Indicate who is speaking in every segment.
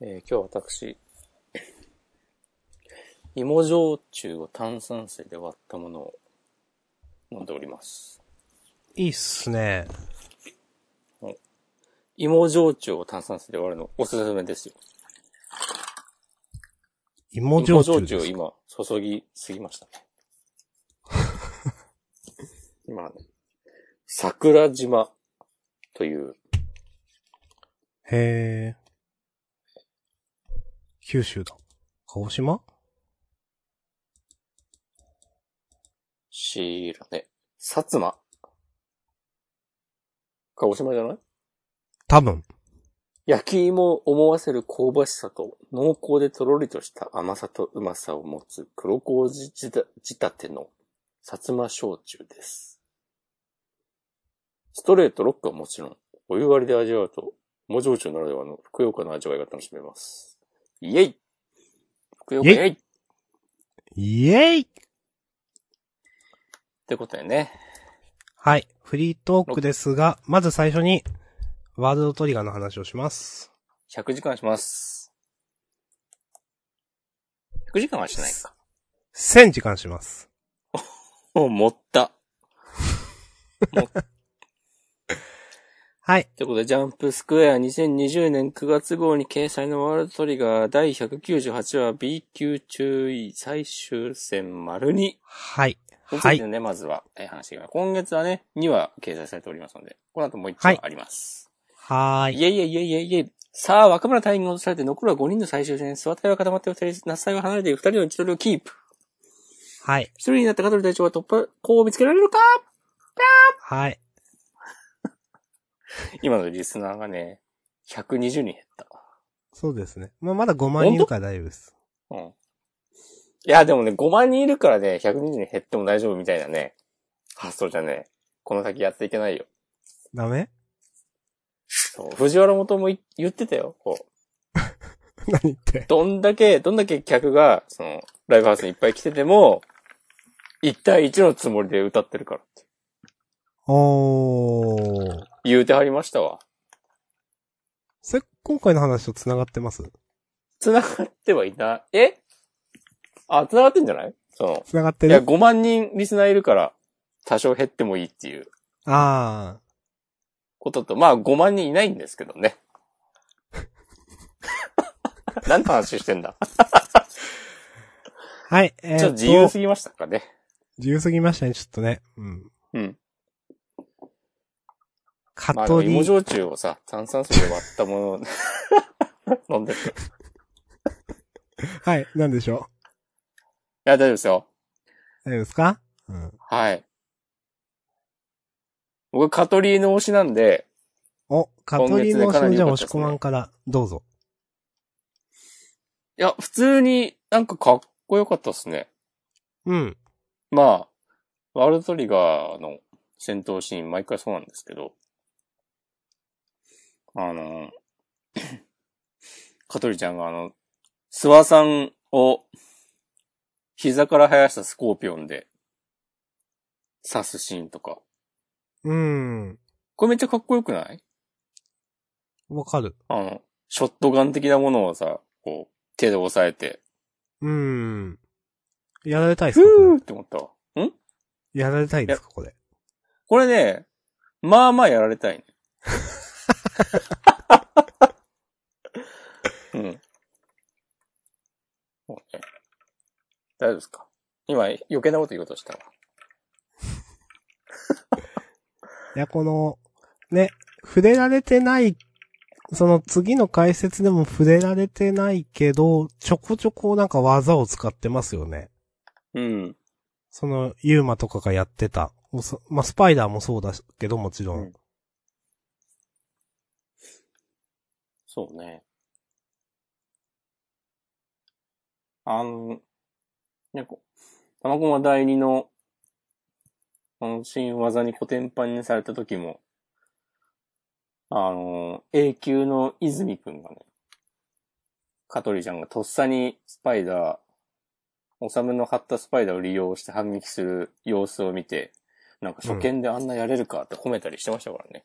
Speaker 1: えー今日私、 芋焼酎を炭酸水で割ったものを飲んでおります。
Speaker 2: いいっすね。
Speaker 1: 芋焼酎を炭酸水で割るのおすすめですよ。
Speaker 2: 芋
Speaker 1: 芋
Speaker 2: 焼
Speaker 1: 焼
Speaker 2: 酎
Speaker 1: 酎
Speaker 2: で
Speaker 1: を
Speaker 2: す。
Speaker 1: 今注ぎすぎましたね。 今ね、桜島という
Speaker 2: へえ。九州だ。鹿児島
Speaker 1: 知らね、薩摩。鹿児島じゃない
Speaker 2: 多分。
Speaker 1: 焼き芋を思わせる香ばしさと濃厚でとろりとした甘さとうまさを持つ黒麹仕立仕立ての薩摩焼酎です。ストレートロックはもちろん、お湯割りで味わうと、芋焼酎ならではのふくよかな味わいが楽しめます。イェイふくよかイ
Speaker 2: イェイ
Speaker 1: ェイっ
Speaker 2: イエイ
Speaker 1: てことだよね。
Speaker 2: はい。フリートークですが、まず最初に、ワールドトリガーの話をします。
Speaker 1: 100時間します。100時間はしない か。
Speaker 2: 1000時間します。
Speaker 1: もう持った。
Speaker 2: はい。
Speaker 1: ということで、ジャンプスクエア2020年9月号に掲載のワールドトリガー第198話 B 級注意最終戦丸2。
Speaker 2: はい。
Speaker 1: につ
Speaker 2: はいい
Speaker 1: て。ね、まずは、えー話が。今月はね、2話掲載されておりますので、この後もう1
Speaker 2: はい
Speaker 1: 話あります。
Speaker 2: はー
Speaker 1: い、
Speaker 2: い。
Speaker 1: えいえいえいえいえ。さあ、若村隊員が落とされて残るは5人の最終戦。座ったは固まってお二人、那須隊は離れている2人の位置取りをキープ。
Speaker 2: はい。
Speaker 1: 一人になった香取隊長は突破口を見つけられるか
Speaker 2: はい。
Speaker 1: 今のリスナーがね、120人減った。
Speaker 2: そうですね。まあ、まだ5万人いるから大丈夫です。
Speaker 1: うん。いや、でもね、5万人いるからね、120人減っても大丈夫みたいなね、発想じゃね、この先やっていけないよ。
Speaker 2: ダメ
Speaker 1: そう藤原元もい言ってたよ。こう、
Speaker 2: 何言って。
Speaker 1: どんだけ、どんだけ客が、その、ライブハウスにいっぱい来てても、1対1のつもりで歌ってるからって
Speaker 2: おー。
Speaker 1: 言うてはりましたわ。
Speaker 2: それ、今回の話と繋がってます
Speaker 1: 繋がってはいない。えあ、繋がってんじゃないその、
Speaker 2: 繋がっ
Speaker 1: い
Speaker 2: て
Speaker 1: や、
Speaker 2: る
Speaker 1: 5万人リスナーいるから、多少減ってもいいっていう
Speaker 2: あ
Speaker 1: ことと、まあ5万人いないんですけどね。何の話してんだ
Speaker 2: ー。はい。えー
Speaker 1: ちょっと自由すぎましたかね。
Speaker 2: 自由すぎましたね、ちょっとね。うん。
Speaker 1: うん。
Speaker 2: カ
Speaker 1: まあ、
Speaker 2: ト
Speaker 1: 芋
Speaker 2: リ、
Speaker 1: 焼酎をさ、炭酸水で割ったものを 飲んでる。い
Speaker 2: はい、なんでしょ
Speaker 1: や、大丈夫ですよ。
Speaker 2: う大丈夫ですかうん。
Speaker 1: はい。僕、カトリーの推しなんで、
Speaker 2: お、カトリの
Speaker 1: 今月でかな
Speaker 2: 推
Speaker 1: り良
Speaker 2: しじゃ
Speaker 1: かっ
Speaker 2: 押
Speaker 1: た
Speaker 2: し
Speaker 1: です
Speaker 2: 込
Speaker 1: ね
Speaker 2: まんから、どうぞ。
Speaker 1: いや、普通になんかかっこよかったっすね。
Speaker 2: うん。
Speaker 1: まあ、ワールドトリガーの戦闘シーン、毎回そうなんですけど、あの、 香取ちゃんがあの、諏訪さんを膝から生やしたスコーピオンで刺すシーンとか。
Speaker 2: うん。
Speaker 1: これめっちゃかっこよくない
Speaker 2: わかる。
Speaker 1: あの、ショットガン的なものをさ、こう、手で押さえて、
Speaker 2: うん。やられたいですか
Speaker 1: ふ
Speaker 2: こ
Speaker 1: ーって思ったわ。ん
Speaker 2: れやられたいですかこれ。
Speaker 1: これね、まあまあやられたいね。うん。そうね大丈夫ですか今余計なこと言おうとしたわ。
Speaker 2: いや、この、ね、触れられてない、その次の解説でも触れられてないけど、ちょこちょこなんか技を使ってますよね。
Speaker 1: うん。
Speaker 2: その、ユーマとかがやってた。おそまあ、スパイダーもそうだけど、もちろん。
Speaker 1: うんそうね。あの、ね、こたまこま第二の、あの、新技にコテンパンにされた時も、あの、A 級の泉くんがね、香取ちゃんがとっさにスパイダー、おさむの張ったスパイダーを利用して反撃する様子を見て、なんか初見であんなやれるかって褒めたりしてましたからね。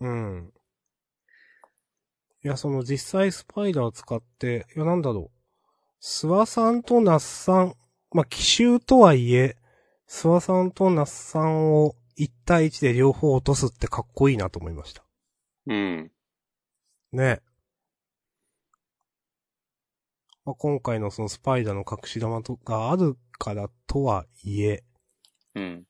Speaker 2: うん。いや、その実際スパイダー使って、いや、なんだろう。諏訪さんと那須さん、まあ、奇襲とはいえ、諏訪さんと那須さんを1対1で両方落とすってかっこいいなと思いました。
Speaker 1: うん。
Speaker 2: ねえ。まあ、今回のそのスパイダーの隠し玉とかあるからとはいえ、
Speaker 1: うん。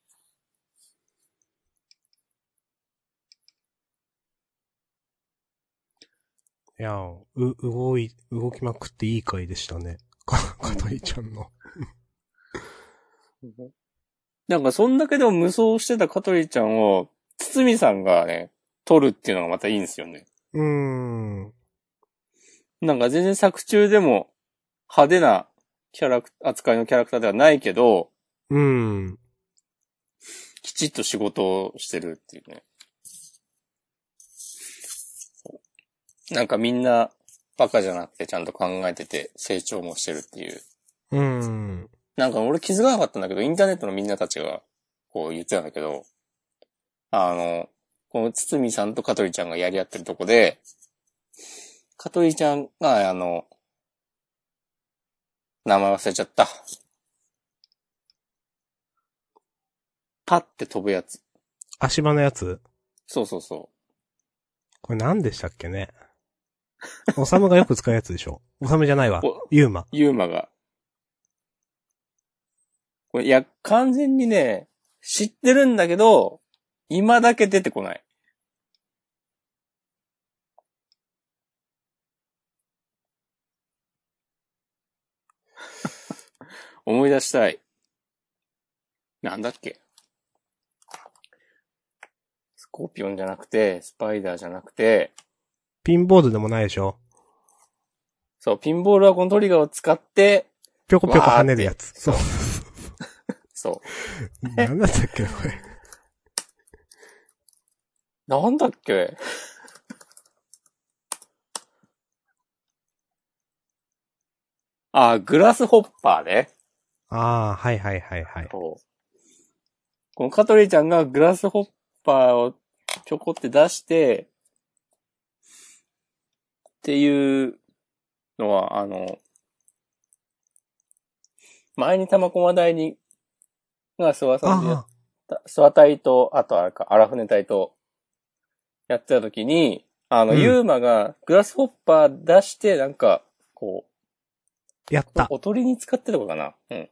Speaker 2: いや、う、動い、動きまくっていい回でしたね。 か、かといちゃんの。
Speaker 1: なんか、そんだけでも無双してた香取ちゃんを、堤さんがね、取るっていうのがまたいいんですよね。
Speaker 2: うーん。
Speaker 1: なんか全然作中でも派手なキャラク、扱いのキャラクターではないけど、
Speaker 2: うん。
Speaker 1: きちっと仕事をしてるっていうね。なんかみんなバカじゃなくてちゃんと考えてて成長もしてるっていう。
Speaker 2: うん。
Speaker 1: なんか俺気づかなかったんだけど、インターネットのみんなたちがこう言ってたんだけど、あの、このつつみさんと香取ちゃんがやり合ってるとこで、香取ちゃんが、あの、名前忘れちゃった。パッて飛ぶやつ。
Speaker 2: 足場のやつ
Speaker 1: そうそうそ
Speaker 2: これ何でしたっ けねおさむがよく使うやつでしょおさむじゃないわ
Speaker 1: お。
Speaker 2: ユーマ。
Speaker 1: う。ユーマが。これ、いや、完全にね、知ってるんだけど、今だけ出てこない。 思い出したい。なんだっけスコーピオンじゃなくて、スパイダーじゃなくて、
Speaker 2: ピンボールでもないでしょ
Speaker 1: そう、ピンボールはこのトリガーを使って、
Speaker 2: ぴょこぴょこ跳ねるやつ。そう。
Speaker 1: そう。
Speaker 2: 何だったっけこれ。
Speaker 1: なんだっけあ、グラスホッパーね。
Speaker 2: ああ、はいはいはいはい。
Speaker 1: そう。このカトリーちゃんがグラスホッパーをちょこって出して、っていうのは、あの、前に玉駒台に、が諏訪さんでやっ
Speaker 2: ああ、
Speaker 1: 諏訪隊と、あとあれか、荒船隊と、やってた時に、あの、
Speaker 2: うん
Speaker 1: ユーマがグラスホッパー出して、なんか、こ
Speaker 2: やっ
Speaker 1: う
Speaker 2: た、。
Speaker 1: おとりに使ってたのかなうん。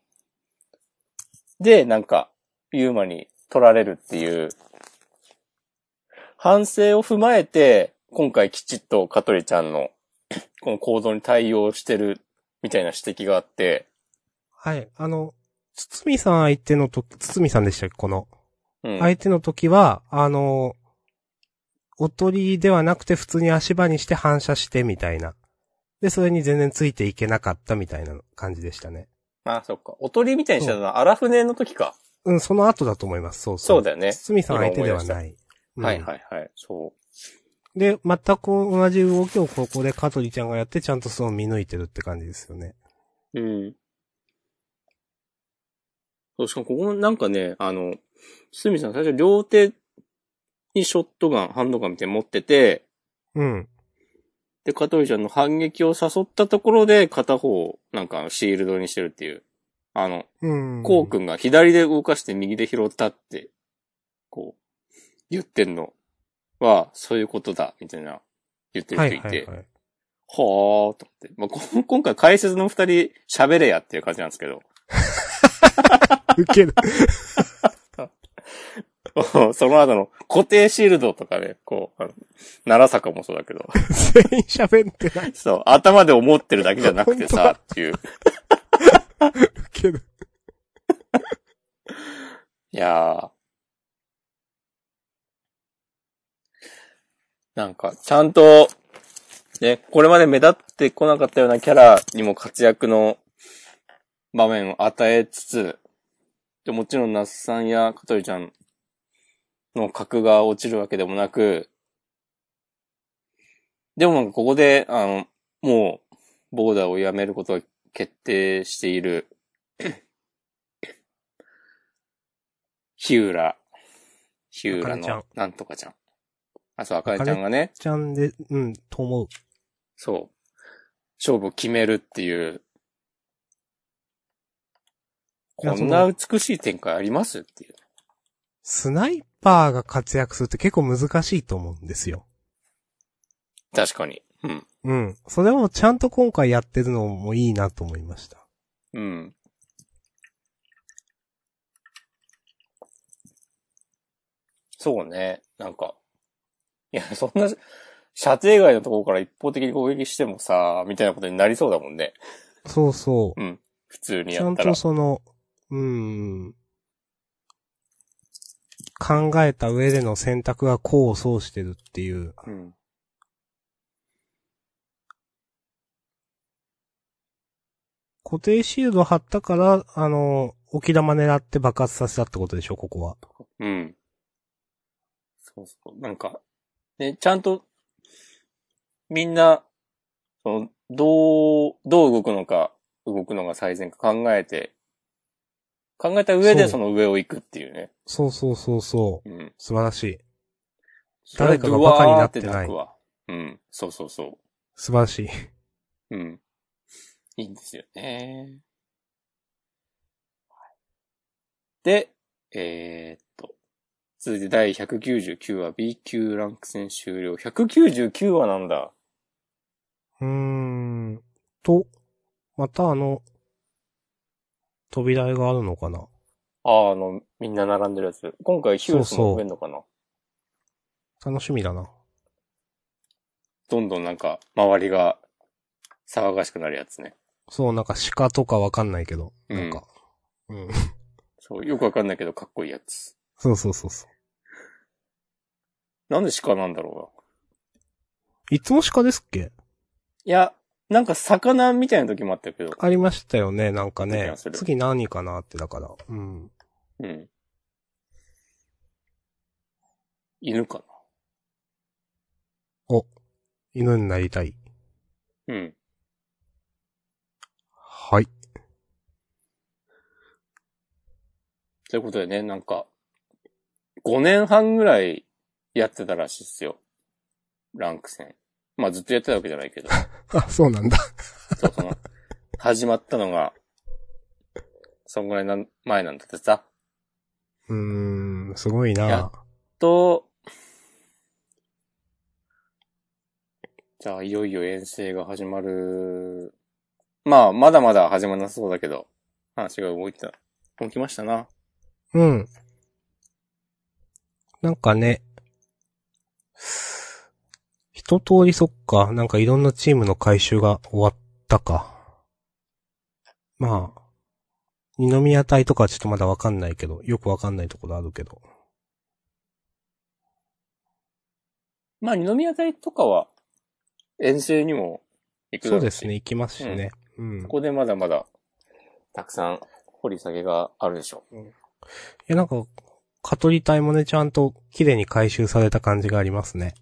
Speaker 1: で、なんか、ユーマに取られるっていう、反省を踏まえて、今回きちっと香取ちゃんの、 この行動に対応してる、みたいな指摘があって、
Speaker 2: はい。あの、つつみさん相手のとき、つつみさんでしたっけこの。
Speaker 1: うん。
Speaker 2: 相手の時は、あの、おとりではなくて普通に足場にして反射してみたいな。で、それに全然ついていけなかったみたいな感じでしたね。
Speaker 1: あ、そっか。おとりみたいにしたのは荒船の時か。
Speaker 2: うん、その後だと思います。そうそ
Speaker 1: そ
Speaker 2: う。
Speaker 1: うだよね。
Speaker 2: 堤さん相手ではない。
Speaker 1: はい
Speaker 2: い。
Speaker 1: はいはい。そう。
Speaker 2: で、全く同じ動きをここで香取ちゃんがやって、ちゃんとその見抜いてるって感じですよね。
Speaker 1: うん。そう、しかもここのなんかね、あの、すみさん最初両手にショットガン、ハンドガンみたいに持ってて、
Speaker 2: うん。
Speaker 1: で、カトリちゃんの反撃を誘ったところで片方をなんかあのシールドにしてるっていう。あの、
Speaker 2: うん。
Speaker 1: こうくんが左で動かして右で拾ったって、こう、言ってんのは、そういうことだ、みたいな、言ってる
Speaker 2: は
Speaker 1: 人
Speaker 2: い
Speaker 1: い
Speaker 2: は
Speaker 1: て
Speaker 2: い。はい。
Speaker 1: ほーっと思って。まあこん、今回解説の二人喋れやっていう感じなんですけど。
Speaker 2: 受ける。
Speaker 1: その後の固定シールドとかね、こう、あの奈良坂もそうだけど、
Speaker 2: 全員喋ってない。
Speaker 1: そう、頭で思ってるだけじゃなくて
Speaker 2: 本当だ
Speaker 1: さ、っていう。
Speaker 2: 受 ける。
Speaker 1: いやー。なんか、ちゃんと、ね、これまで目立ってこなかったようなキャラにも活躍の場面を与えつつ、でもちろん、那須さんや香取ちゃんの格が落ちるわけでもなく、でもなんかここで、あの、もう、ボーダーをやめることが決定している、日浦、日浦
Speaker 2: 茜ちゃん
Speaker 1: の、なんとかちゃん。あ、そう、赤ちゃんがね、
Speaker 2: ちゃんで、うん、と思う。
Speaker 1: そう。勝負を決めるっていう。
Speaker 2: いや
Speaker 1: こんな美しい展開ありますっていう。
Speaker 2: スナイパーが活躍するって結構難しいと思うんですよ。
Speaker 1: 確かに。うん。
Speaker 2: うん。それをちゃんと今回やってるのもいいなと思いました。
Speaker 1: うん。そうね。なんか。いや、そんな、射程外のところから一方的に攻撃してもさ、みたいなことになりそうだもんね。
Speaker 2: そうそう。
Speaker 1: うん。普通に
Speaker 2: ち
Speaker 1: や
Speaker 2: ゃ
Speaker 1: っ
Speaker 2: ん
Speaker 1: たら
Speaker 2: と。その、うん。考えた上での選択が功を奏してるっていう。
Speaker 1: うん。
Speaker 2: 固定シールド貼ったから、あの、置き玉狙って爆発させたってことでしょ、ここは。
Speaker 1: うん。そうそう。なんか、ね、ちゃんと、みんな、その、どう、どう動くのか、動くのが最善か考えて、考えた上
Speaker 2: そ
Speaker 1: で
Speaker 2: う
Speaker 1: その上を行くっていうね。
Speaker 2: そうそうそうそう。
Speaker 1: うん。
Speaker 2: 素晴らしい。
Speaker 1: そ
Speaker 2: 誰
Speaker 1: れ
Speaker 2: かがバカになってない
Speaker 1: ドワーくわうん。そうそうそ
Speaker 2: 素晴らしい。
Speaker 1: う。うん。いいんですよね。で、えーっと、続いて第199話 B 級ランク戦終了。199話なんだ。
Speaker 2: うーん。と、またあの、扉絵があるのかな
Speaker 1: あーあの、みんな並んでるやつ。今回ヒュース
Speaker 2: そうそ
Speaker 1: も
Speaker 2: う
Speaker 1: 増えんのかな
Speaker 2: 楽しみだな。
Speaker 1: どんどんなんか、周りが騒がしくなるやつね。
Speaker 2: そう、なんか鹿とかわかんないけど。
Speaker 1: うん
Speaker 2: なんか。うん。
Speaker 1: そう、よくわかんないけどかっこいいやつ。
Speaker 2: そうそうそうそう。
Speaker 1: なんで鹿なんだろうな。
Speaker 2: いつも鹿ですっけ
Speaker 1: いや、なんか魚みたいな時もあったけど。
Speaker 2: ありましたよね、なんか
Speaker 1: 気
Speaker 2: ね
Speaker 1: がす。る
Speaker 2: 次何かなってだから。うん。
Speaker 1: うん。犬か
Speaker 2: 犬になりたい。
Speaker 1: な。うん。
Speaker 2: はい。
Speaker 1: ということでね、なんか、5年半ぐらいやってたらしいっすよ。ランク戦。まあずっとやってたわけじゃないけど。
Speaker 2: あ、そうなんだ。
Speaker 1: そう、その、始まったのが、そんぐらいなん前なんだってさ。
Speaker 2: うーん、すごい
Speaker 1: や
Speaker 2: な。
Speaker 1: と、じゃあ、いよいよ遠征が始まる。まあ、まだまだ始まらなさそうだけど、話が動いた、動きましたな。
Speaker 2: うん。なんかね、一通りそっか、なんかいろんなチームの回収が終わったか。まあ、二宮隊とかはちょっとまだわかんないけど、よくわかんないところあるけど。
Speaker 1: まあ、二宮隊とかは、遠征にも行くだ
Speaker 2: そ
Speaker 1: ろ
Speaker 2: う
Speaker 1: し
Speaker 2: ですね、。行きますしね。うん。
Speaker 1: ここでまだまだ、たくさん掘り下げがあるでしょ
Speaker 2: いや、なんか、カトリ隊もね、ちゃんと綺麗に回収された感じがありますね。
Speaker 1: う。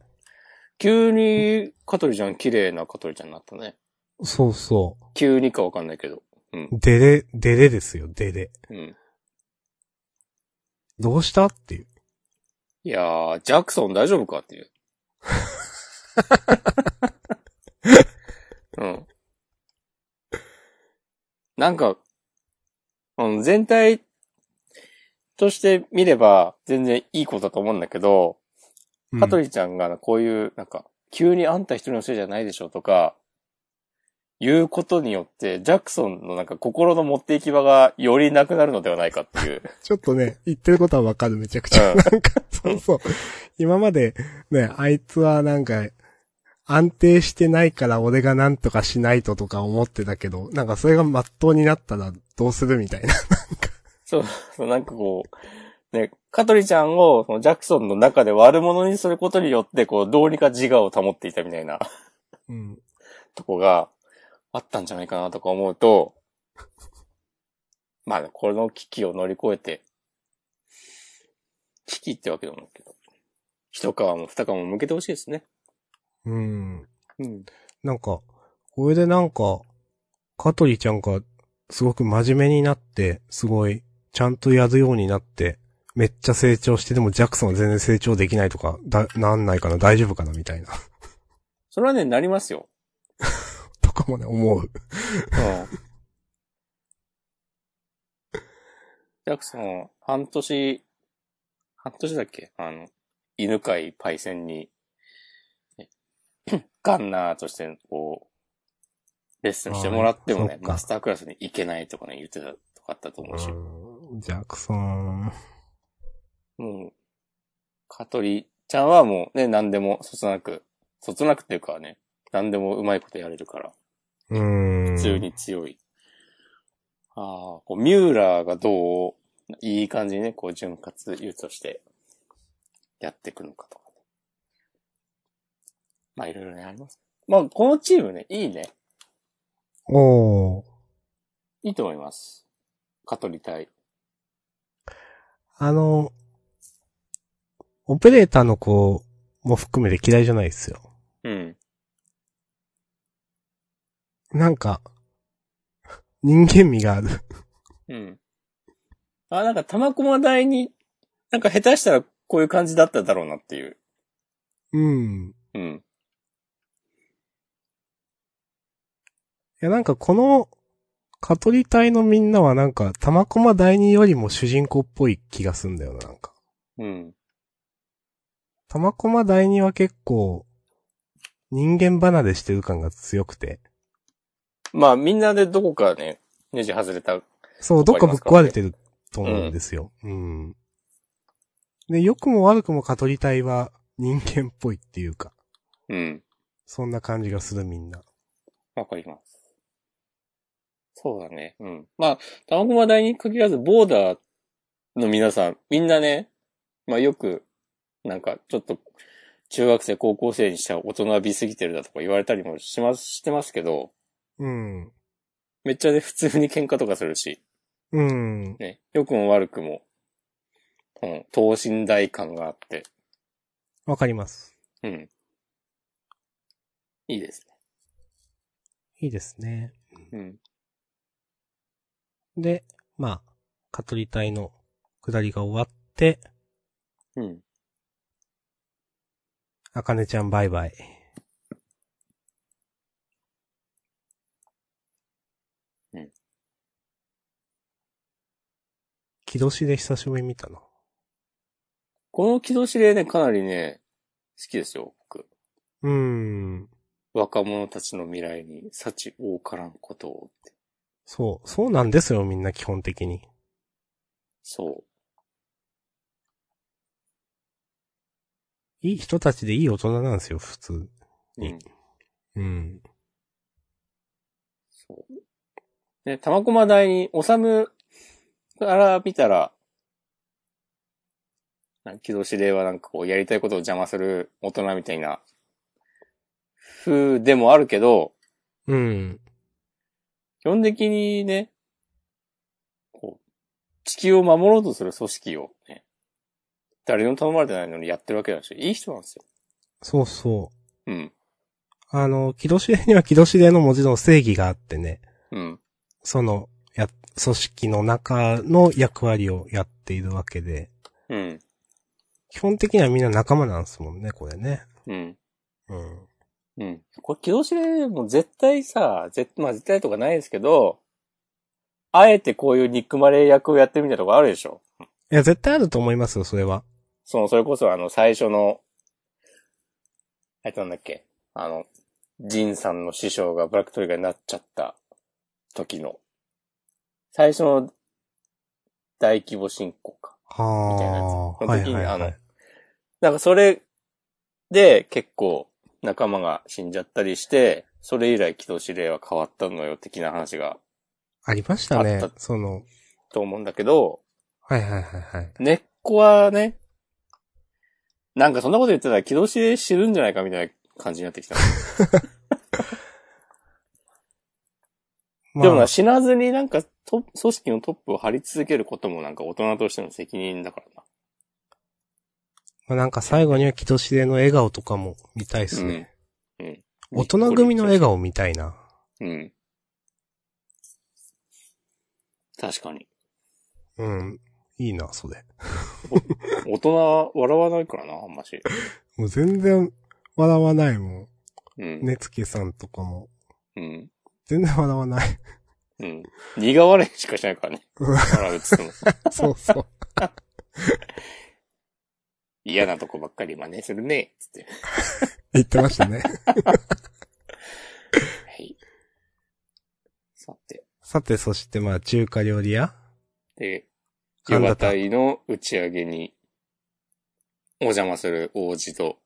Speaker 1: 急に、香取ちゃん、綺麗な香取ちゃんになったね。
Speaker 2: そうそ
Speaker 1: 急にかわかんないけど。うん
Speaker 2: う。。デレ、デレですよ、デレ。
Speaker 1: うん。
Speaker 2: どうしたっていう。
Speaker 1: いやー、ジャクソン大丈夫かって いう。うん。なんか、うん、全体として見れば全然いいことだと思うんだけど、
Speaker 2: うん
Speaker 1: 香取ちゃんがこういう、なんか、急にあんた一人のせいじゃないでしょとか、いうことによって、ジャクソンのなんか心の持っていき場がよりなくなるのではないかっていう。
Speaker 2: ちょっとね、言ってることはわかる、めちゃくちゃ。
Speaker 1: うん
Speaker 2: なんか、そうそう。今まで、ね、あいつはなんか、安定してないから俺がなんとかしないととか思ってたけど、なんかそれが真っ当になったらどうするみたいな。
Speaker 1: そう、そうなんかこう、ね、カトリちゃんを、そのジャクソンの中で悪者にすることによって、こう、どうにか自我を保っていたみたいな
Speaker 2: うん。
Speaker 1: とこがあったんじゃないかなとか思うと、まあ、この危機を乗り越えて、危機ってわけでもないけど、一皮も二皮も向けてほしいですね。
Speaker 2: うん。
Speaker 1: うん。
Speaker 2: なんか、これでなんか、香取ちゃんが、すごく真面目になって、すごい、ちゃんとやるようになって、めっちゃ成長して、でもジャクソンは全然成長できないとか、だ、なんないかな、大丈夫かな、みたいな。
Speaker 1: それはね、なりますよ。
Speaker 2: とかもね、思う。
Speaker 1: うん。ジャクソン、半年、半年だっけあの、犬飼パイセンに、え ガンナーとして、こう、レッスンしてもらっても
Speaker 2: あーそ
Speaker 1: ね
Speaker 2: っ、か
Speaker 1: マスタークラスに行けないとかね、言ってたとかあったと思うし、
Speaker 2: ジャクソン。
Speaker 1: もう、カトリちゃんはもうね、何でも、そつなく、そつなくっていうかね、何でもうまいことやれるから、
Speaker 2: うーん。
Speaker 1: 普通に強い。ああ、こう、ミューラーがどう、いい感じにね、こう、潤滑油として、やっていくのかとかね。まあ、いろいろね、あります。まあ、このチームね、いいね。
Speaker 2: おー。
Speaker 1: いいと思います。カトリ対。
Speaker 2: あの、オペレーターの子も含めて嫌いじゃないですよ。
Speaker 1: うん。
Speaker 2: なんか、人間味がある。
Speaker 1: うん。あ、なんか、玉駒台に、なんか下手したらこういう感じだっただろうなっていう。
Speaker 2: うん。い
Speaker 1: うん。
Speaker 2: や、なんかこの、カトリ隊のみんなはなんか、玉駒第二よりも主人公っぽい気がすんだよな、なんか。
Speaker 1: うん。
Speaker 2: 玉駒第二は結構、人間離れしてる感が強くて。
Speaker 1: まあ、みんなでどこかね、ネジ外れた。
Speaker 2: そう、
Speaker 1: ど
Speaker 2: どっ
Speaker 1: っか
Speaker 2: かぶ
Speaker 1: ぶ
Speaker 2: っ
Speaker 1: っ
Speaker 2: 壊
Speaker 1: 壊
Speaker 2: れ
Speaker 1: れ
Speaker 2: て
Speaker 1: て
Speaker 2: ると思うんですよ。うん。で、良くも悪くもカトリ隊は人間っぽいっていうか、
Speaker 1: うん。
Speaker 2: そんな感じがするみんな。
Speaker 1: わかります。そうだね。うん。まあ、卵駒大に限らず、ボーダーの皆さん、みんなね、まあよく、なんか、ちょっと、中学生、高校生にしては大人びすぎてるだとか言われたりもします、してますけど、
Speaker 2: うん。
Speaker 1: めっちゃね、普通に喧嘩とかするし、
Speaker 2: うん。
Speaker 1: ね、良くも悪くも、うん、等身大感があって、
Speaker 2: わかります。
Speaker 1: うん。いいです
Speaker 2: いいですね。
Speaker 1: ね。うん。
Speaker 2: で、まあ、カトリ隊の下りが終わって、
Speaker 1: うん。
Speaker 2: あかねちゃんバイバイ。
Speaker 1: うん。
Speaker 2: 木年で久しぶりに見たな。
Speaker 1: この軌道指令ね、かなりね、好きですよ、僕。
Speaker 2: うーん。
Speaker 1: 若者たちの未来に幸多からんことをって。
Speaker 2: そう、そうなんですよ、みんな基本的に。
Speaker 1: そ
Speaker 2: いい人たちでいい大人なんですよ、普通。
Speaker 1: う。
Speaker 2: うん。うん。
Speaker 1: そう。ね、玉駒台に、おさむから見たら、なんか木戸司令はなんかこう、やりたいことを邪魔する大人みたいな、風でもあるけど、
Speaker 2: うん。
Speaker 1: 基本的にね、こう、地球を守ろうとする組織をね、誰にも頼まれてないのにやってるわけだし、いい人なんですよ。
Speaker 2: そうそう。
Speaker 1: うん。
Speaker 2: あの、木戸指令には木戸指令のもちろん正義があってね、
Speaker 1: うん。
Speaker 2: その、や、組織の中の役割をやっているわけで、
Speaker 1: うん。
Speaker 2: 基本的にはみんな仲間なんですもんね、これね。
Speaker 1: うん。
Speaker 2: うん。
Speaker 1: うん。これ、軌道指令も絶対さ、絶、まあ絶対とかないですけど、あえてこういう憎まれ役をやってるみたいなとこあるでしょ
Speaker 2: いや、絶対あると思いますよ、それは。
Speaker 1: その、それこそあの、最初の、えっとなんだっけ、あの、ジンさんの師匠がブラックトリガーになっちゃった時の、最初の大規模進行か。みたいなや
Speaker 2: はあ。
Speaker 1: つ
Speaker 2: はいはい
Speaker 1: あ
Speaker 2: は
Speaker 1: の
Speaker 2: い。
Speaker 1: なんかそれで結構仲間が死んじゃったりして、それ以来軌道指令は変わったのよ的な話が
Speaker 2: ありましたね
Speaker 1: あっ。た
Speaker 2: その、
Speaker 1: と思うんだけど、
Speaker 2: はいはいはいはい。
Speaker 1: 根っこはね、なんかそんなこと言ってたら軌道指令知るんじゃないかみたいな感じになってき た。
Speaker 2: まあ
Speaker 1: でもな、死なずになんかと組織のトップを張り続けることもなんか大人としての責任だからな。
Speaker 2: まあなんか最後には木戸指令の笑顔とかも見たいですね。
Speaker 1: うん。うん。
Speaker 2: 大人組の笑顔見たいな。
Speaker 1: うん。確かに。
Speaker 2: うん。いいな、それ。
Speaker 1: 大人笑わないからな、あんまし。
Speaker 2: もう全然笑わないも
Speaker 1: うん
Speaker 2: ん。。ねつけさんとかも、
Speaker 1: うん。
Speaker 2: 全然笑わない。
Speaker 1: うん。苦笑いしかしないからね。
Speaker 2: うん
Speaker 1: 笑うっつっても。
Speaker 2: そうそう。
Speaker 1: 嫌なとこばっかり真似するね。つって。
Speaker 2: 言ってました
Speaker 1: は
Speaker 2: ね。
Speaker 1: い。さて。
Speaker 2: さて、そしてまあ、中華料理屋
Speaker 1: で、
Speaker 2: 神田
Speaker 1: ヨ
Speaker 2: と
Speaker 1: ガ隊の打ち上げに、お邪魔する王子と、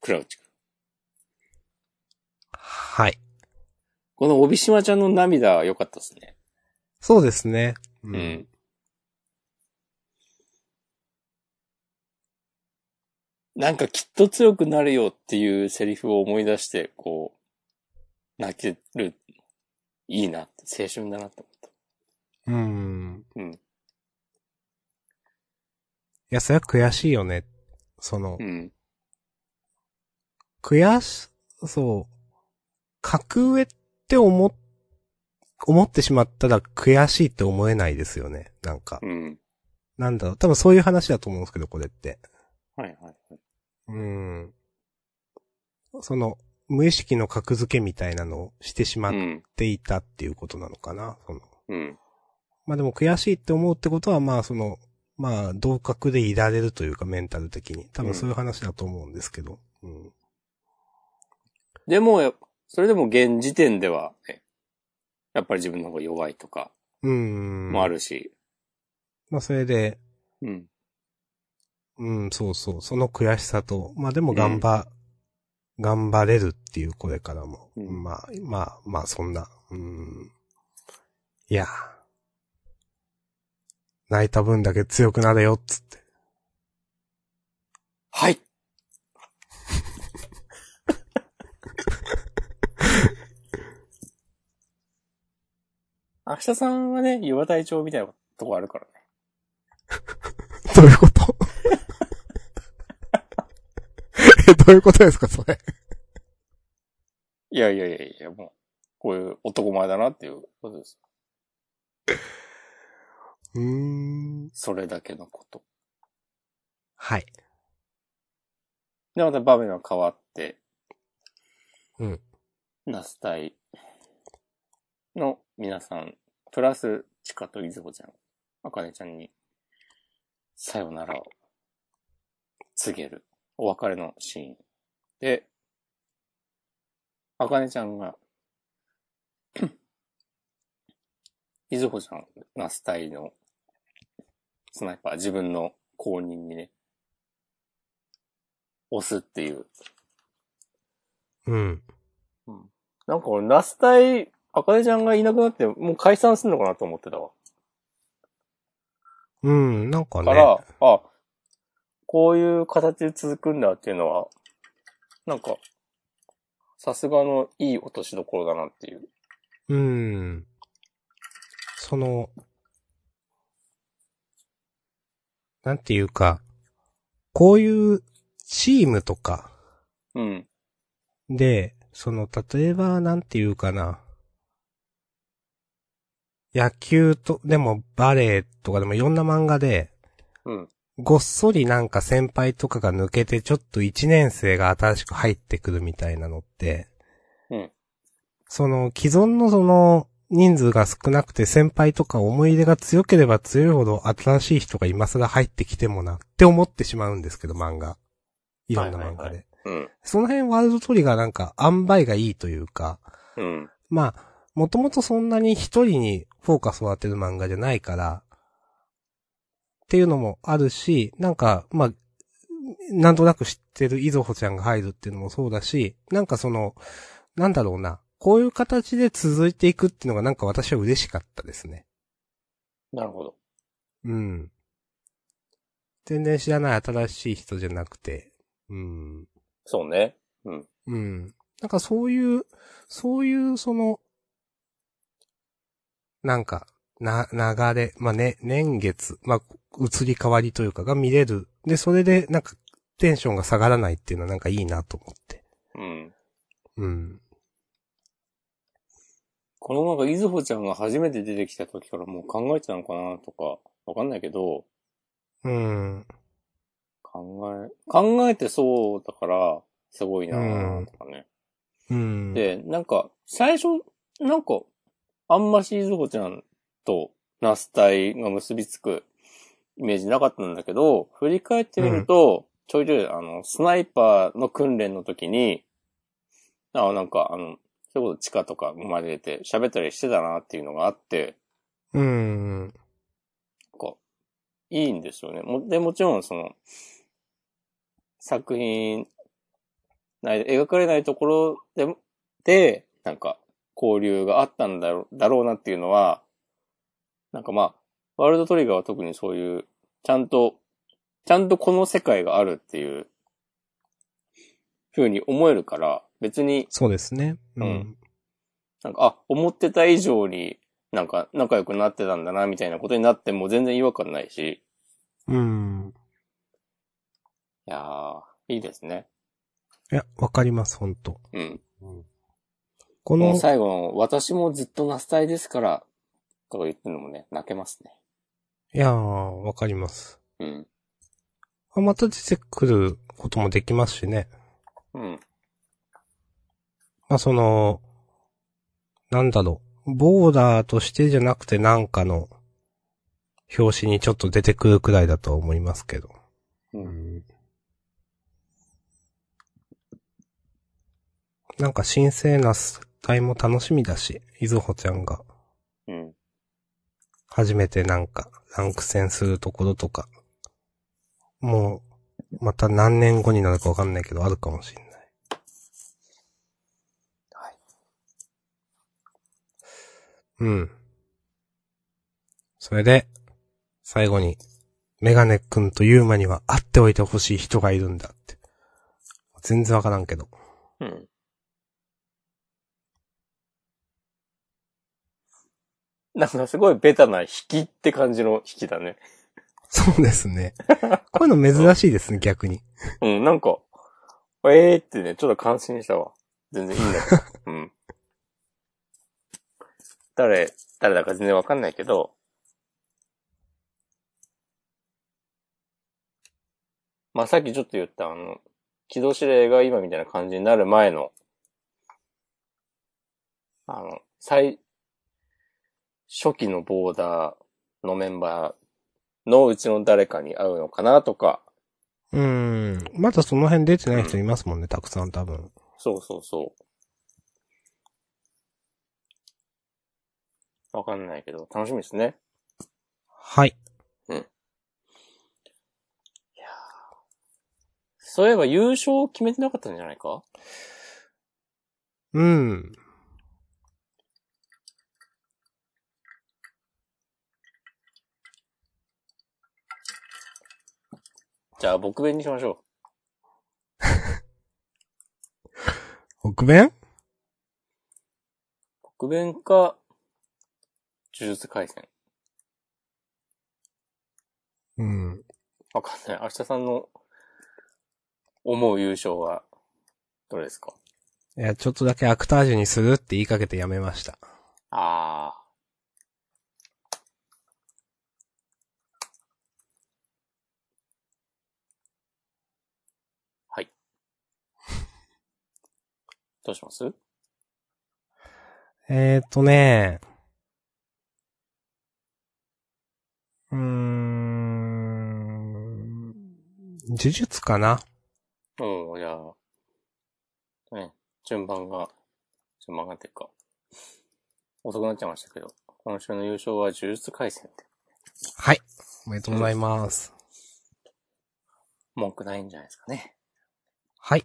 Speaker 1: クラウチ君。
Speaker 2: はい。
Speaker 1: この帯島ちゃんの涙は良かったですね。
Speaker 2: そうですね。う
Speaker 1: う。ん。なんかきっと強くなるよっていうセリフを思い出して、こう、泣ける。いいなって、青春だなって思った。
Speaker 2: うん。
Speaker 1: うん
Speaker 2: いや、それは悔しいよね。その、
Speaker 1: うん。
Speaker 2: 悔し、そう、格上って思っ、思ってしまったら悔しいって思えないですよね。なんか。
Speaker 1: うん。
Speaker 2: なんだろう、多分そういう話だと思うんですけど、これって。
Speaker 1: はいはいはい。
Speaker 2: うん。その、無意識の格付けみたいなのをしてしまっ
Speaker 1: うん。
Speaker 2: ていたっていうことなのかな。その
Speaker 1: うん。
Speaker 2: まあでも悔しいって思うってことは、まあその、まあ同格でいられるというかメンタル的に。多分そういう話だと思うんですけど。うん。
Speaker 1: でもやっぱ、それでも現時点では、ね、やっぱり自分の方が弱いとか
Speaker 2: うん。
Speaker 1: もあ。るし。
Speaker 2: まあそれで、
Speaker 1: うん。
Speaker 2: うん、そうそう。その悔しさと、まあでも頑張、頑張れるっていうこれからも。
Speaker 1: うん
Speaker 2: まあ、まあ、まあそんな。うん。いや。泣いた分だけ強くなれよ、っつって。
Speaker 1: はい明日さんはね、岩隊長みたいなとこあるからね。
Speaker 2: どういうことえ、どういうことですか、それ。
Speaker 1: いやいやいやいや、もう、こういう男前だなっていうことです。
Speaker 2: うーん。
Speaker 1: それだけのこと。
Speaker 2: はい。
Speaker 1: で、また場面が変わって、
Speaker 2: うん。
Speaker 1: ナス隊の皆さん、プラス、チカとイズホちゃん、アカネちゃんに、さよならを告げる、お別れのシーン。で、アカネちゃんが、 イズホちゃん、ナス隊の、スナイパー、自分の後任にね、押すっていう
Speaker 2: うん。
Speaker 1: なんか俺、ナス隊、あかねちゃんがいなくなって、もう解散するのかなと思ってたわ。
Speaker 2: うん、なんか
Speaker 1: だ
Speaker 2: ね。
Speaker 1: から、あ、こういう形で続くんだっていうのは、なんか、さすがのいい落としどころだなっていう。
Speaker 2: うん。その、なんていうか、こういうチームとか
Speaker 1: うん。
Speaker 2: で、その、例えば、なんていうかな。野球と、でもバレーとかでもいろんな漫画で、
Speaker 1: うん。
Speaker 2: ごっそりなんか先輩とかが抜けてちょっと一年生が新しく入ってくるみたいなのって、
Speaker 1: うん
Speaker 2: その既存のその人数が少なくて先輩とか思い入れが強ければ強いほど新しい人が今更入ってきてもなって思ってしまうんですけど漫画。いろんな漫
Speaker 1: はい
Speaker 2: 画で。
Speaker 1: はいはうん。
Speaker 2: その辺ワールドトリガーなんか塩梅がいいというか、
Speaker 1: うん。
Speaker 2: まあ、もともとそんなに一人にフォーカスを当てる漫画じゃないから、っていうのもあるし、なんか、まあ、なんとなく知ってるいぞほちゃんが入るっていうのもそうだし、なんかその、なんだろうな、こういう形で続いていくっていうのがなんか私は嬉しかったですね。
Speaker 1: なるほど。
Speaker 2: うん。全然知らない新しい人じゃなくて、うん。
Speaker 1: そうね。
Speaker 2: うん。なんかそういう、そういうその、なんか、な、流れ、まあ、ね、年月、まあ、移り変わりというかが見れる。で、それで、なんか、テンションが下がらないっていうのはなんかいいなと思って。
Speaker 1: うん。
Speaker 2: うん。
Speaker 1: このなんか、いずほちゃんが初めて出てきた時からもう考えてたのかなとか、わかんないけど、
Speaker 2: うん。
Speaker 1: 考え、考えてそうだから、すごいなぁとかね。
Speaker 2: うん。
Speaker 1: で、なんか、最初、なんか、あんましずほちゃんとナス隊が結びつくイメージなかったんだけど、振り返ってみると、ちょいちょい、あの、スナイパーの訓練の時に、あなんか、あの、そういうこと地下とか生まれて喋ったりしてたなっていうのがあって、
Speaker 2: うん。
Speaker 1: なんか、いいんですよね。も、で、もちろんその、作品内で描かれないところでも、で、なんか、交流があったんだろう、だろうなっていうのは、なんかまあ、ワールドトリガーは特にそういう、ちゃんと、ちゃんとこの世界があるっていう、ふうに思えるから、別に、
Speaker 2: そうですね。う
Speaker 1: うん
Speaker 2: ん。
Speaker 1: なんか、あ、思ってた以上になんか仲良くなってたんだな、みたいなことになっても全然違和感ないし、
Speaker 2: うん。
Speaker 1: いやー、いいですね。
Speaker 2: いや、わかります、ほんと。
Speaker 1: うん。
Speaker 2: こ
Speaker 1: もう
Speaker 2: の、
Speaker 1: 最後の、私もずっとナスタイですから、とか言ってるのもね、泣けますね。
Speaker 2: いやー、わかります。
Speaker 1: うん。
Speaker 2: あまた出てくることもできますしね。
Speaker 1: うん。
Speaker 2: まあ、その、なんだろう。ボーダーとしてじゃなくてなんかの、表紙にちょっと出てくるくらいだとは思いますけど。
Speaker 1: うん。
Speaker 2: なんか神聖なスタイも楽しみだし、いずほちゃんが
Speaker 1: うん。
Speaker 2: 初めてなんかランク戦するところとか、もう、また何年後になるかわかんないけど、あるかもしんない。
Speaker 1: はい。
Speaker 2: うん。それで、最後に、メガネ君とユーマには会っておいてほしい人がいるんだって。全然わからんけど。
Speaker 1: うん。なんかすごいベタな引きって感じの引きだね。
Speaker 2: そうで すね。こういうの珍しいですね、逆に。
Speaker 1: うん、なんか、えーってね、ちょっと感心したわ。全然いいんだけど。うん。誰、誰だか全然わかんないけど、まあ、さっきちょっと言ったあの、軌道指令が今みたいな感じになる前の、あの、最、初期のボーダーのメンバーのうちの誰かに会うのかなとか、
Speaker 2: うーん。まだその辺出てない人いますもんね、たくさん多分。
Speaker 1: そうそうそう。わかんないけど、楽しみですね。
Speaker 2: はい。
Speaker 1: そういえば優勝を決めてなかったんじゃないか
Speaker 2: うん。
Speaker 1: じゃあ、僕弁にしましょ
Speaker 2: 北弁
Speaker 1: う。僕弁か、呪術回戦。
Speaker 2: うん。
Speaker 1: わかんない。明日さんの思う優勝は、どれですか
Speaker 2: いや、ちょっとだけアクタージュにするって言いかけてやめました。
Speaker 1: ああ。はい。 どうします
Speaker 2: えーっとねうーん。呪術かな
Speaker 1: うん、じゃあ、ね、順番が、順番がっていうか、遅くなっちゃいましたけど、今週の優勝は呪術回戦って
Speaker 2: はい。おめでとうございます。
Speaker 1: 文句ないんじゃないですかね。
Speaker 2: はい。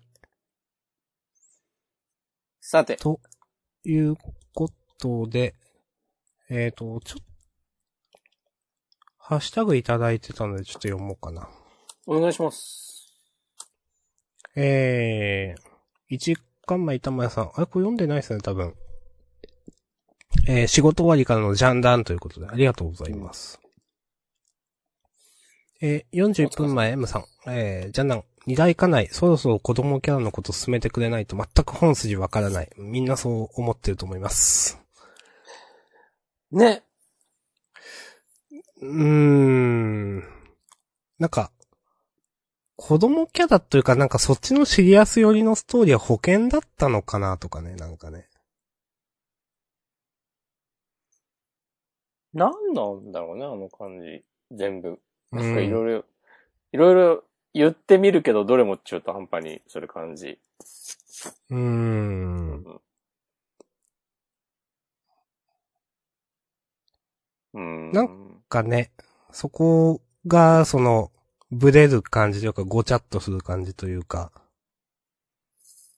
Speaker 1: さて、
Speaker 2: ということで、えーっと、ちょっと、ハッシュタグいただいてたのでちょっと読もうかな。
Speaker 1: お願いします。
Speaker 2: えー、一巻前板前さん。あれこれ読んでないですね、多分。えー、仕事終わりからのジャンダンということで、ありがとうございます。えー、41分前 M さん。えー、ジャンダン。二大家内、そろそろ子供キャラのこと進めてくれないと全く本筋わからない。みんなそう思ってると思います。
Speaker 1: ね、
Speaker 2: うーん。なんか、子供キャラというかなんかそっちのシリアス寄りのストーリーは保険だったのかなとかね、なんかね。
Speaker 1: なんなんだろうね、あの感じ。全部。
Speaker 2: う
Speaker 1: なんかい
Speaker 2: ん。
Speaker 1: ろいろ、いろいろ言ってみるけど、どれも中途半端にする感じ。
Speaker 2: う。
Speaker 1: うんうん。
Speaker 2: なんかね、そこが、その、ブレる感じというか、ごちゃっとする感じというか、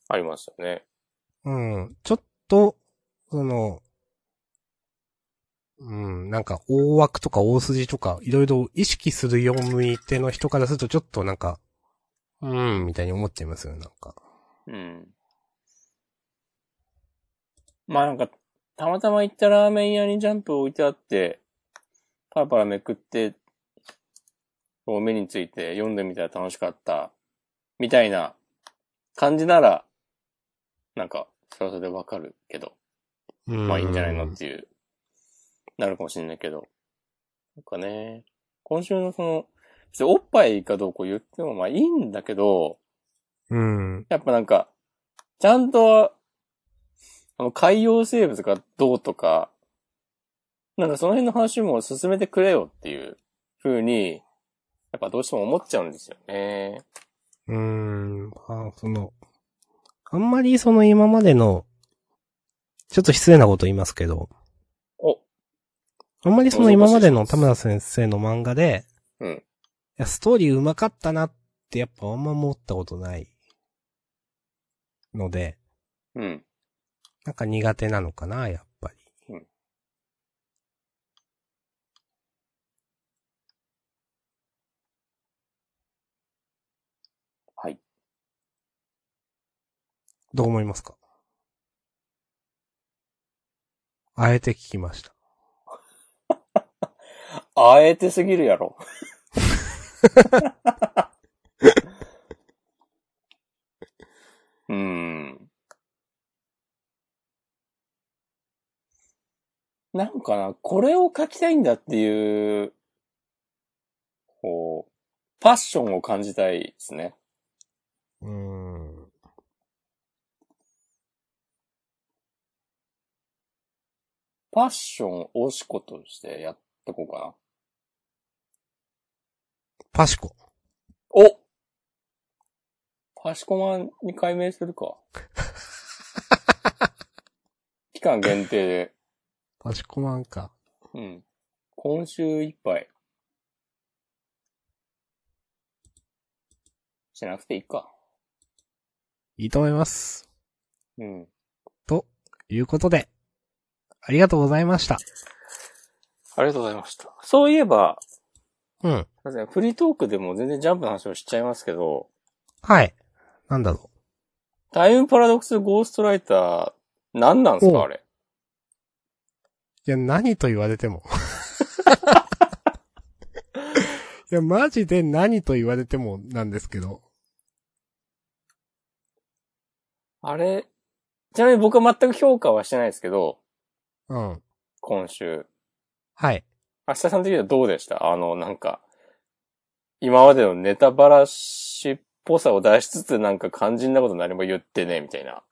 Speaker 1: ありましたね。
Speaker 2: うん、ちょっと、その、うん、なんか大枠とか大筋とか、いろいろ意識するよう向いての人からすると、ちょっとなんか、うん、みたいに思っちゃいますよね、なんか。
Speaker 1: うん。まあなんか、たまたま行ったラーメン屋にジャンプ置いてあって、パラパラめくって、こう目について読んでみたら楽しかった、みたいな感じなら、なんか、それはそれでわかるけど、
Speaker 2: うん。
Speaker 1: まあいいんじゃないのっていう、なるかもしれないけど。なんかね、今週のその、別におっぱいかどうこう言ってもまあいいんだけど、
Speaker 2: うん。
Speaker 1: やっぱなんか、ちゃんと、あの、海洋生物がどうとか、なんかその辺の話も進めてくれよっていう風に、やっぱどうしても思っちゃうんですよね。
Speaker 2: うん。あ、その、あんまりその今までの、ちょっと失礼なこと言いますけど、
Speaker 1: お、
Speaker 2: あんまりその今までの田村先生の漫画で、
Speaker 1: うん
Speaker 2: いや、ストーリー上手かったなってやっぱあんま思ったことない。ので、
Speaker 1: うん。
Speaker 2: なんか苦手なのかな、やっぱり。
Speaker 1: はい。
Speaker 2: どう思いますかあえて聞きました。
Speaker 1: あえてすぎるやろ。うーん。なんかな、これを書きたいんだっていう、こう、パッションを感じたいですね。
Speaker 2: うーん。
Speaker 1: パッションを推し子としてやってこうか
Speaker 2: パシコ。
Speaker 1: な。おパシコマンに改名する か。期間限定で。
Speaker 2: パシコマンか。
Speaker 1: うん。今週いっぱい。しなくていいか。
Speaker 2: いいと思います。
Speaker 1: うん。
Speaker 2: ということで、ありがとうございました。
Speaker 1: ありがとうございました。そういえば、
Speaker 2: うん。
Speaker 1: すいませんフリートークでも全然ジャンプの話をしちゃいますけど、
Speaker 2: はい。なんだろ
Speaker 1: タイムパラドックスゴーストライター、何なんです
Speaker 2: お
Speaker 1: か
Speaker 2: う
Speaker 1: あれ。
Speaker 2: う。いや、何と言われても。いや、マジで何と言われてもなんですけど。
Speaker 1: あれ、ちなみに僕は全く評価はしてないですけど、
Speaker 2: うん。
Speaker 1: 今週。
Speaker 2: はい。
Speaker 1: 明日さん的にはどうでしたあの、なんか、今までのネタバラシっぽさを出しつつ、なんか肝心なこと何も言ってね、みたいな。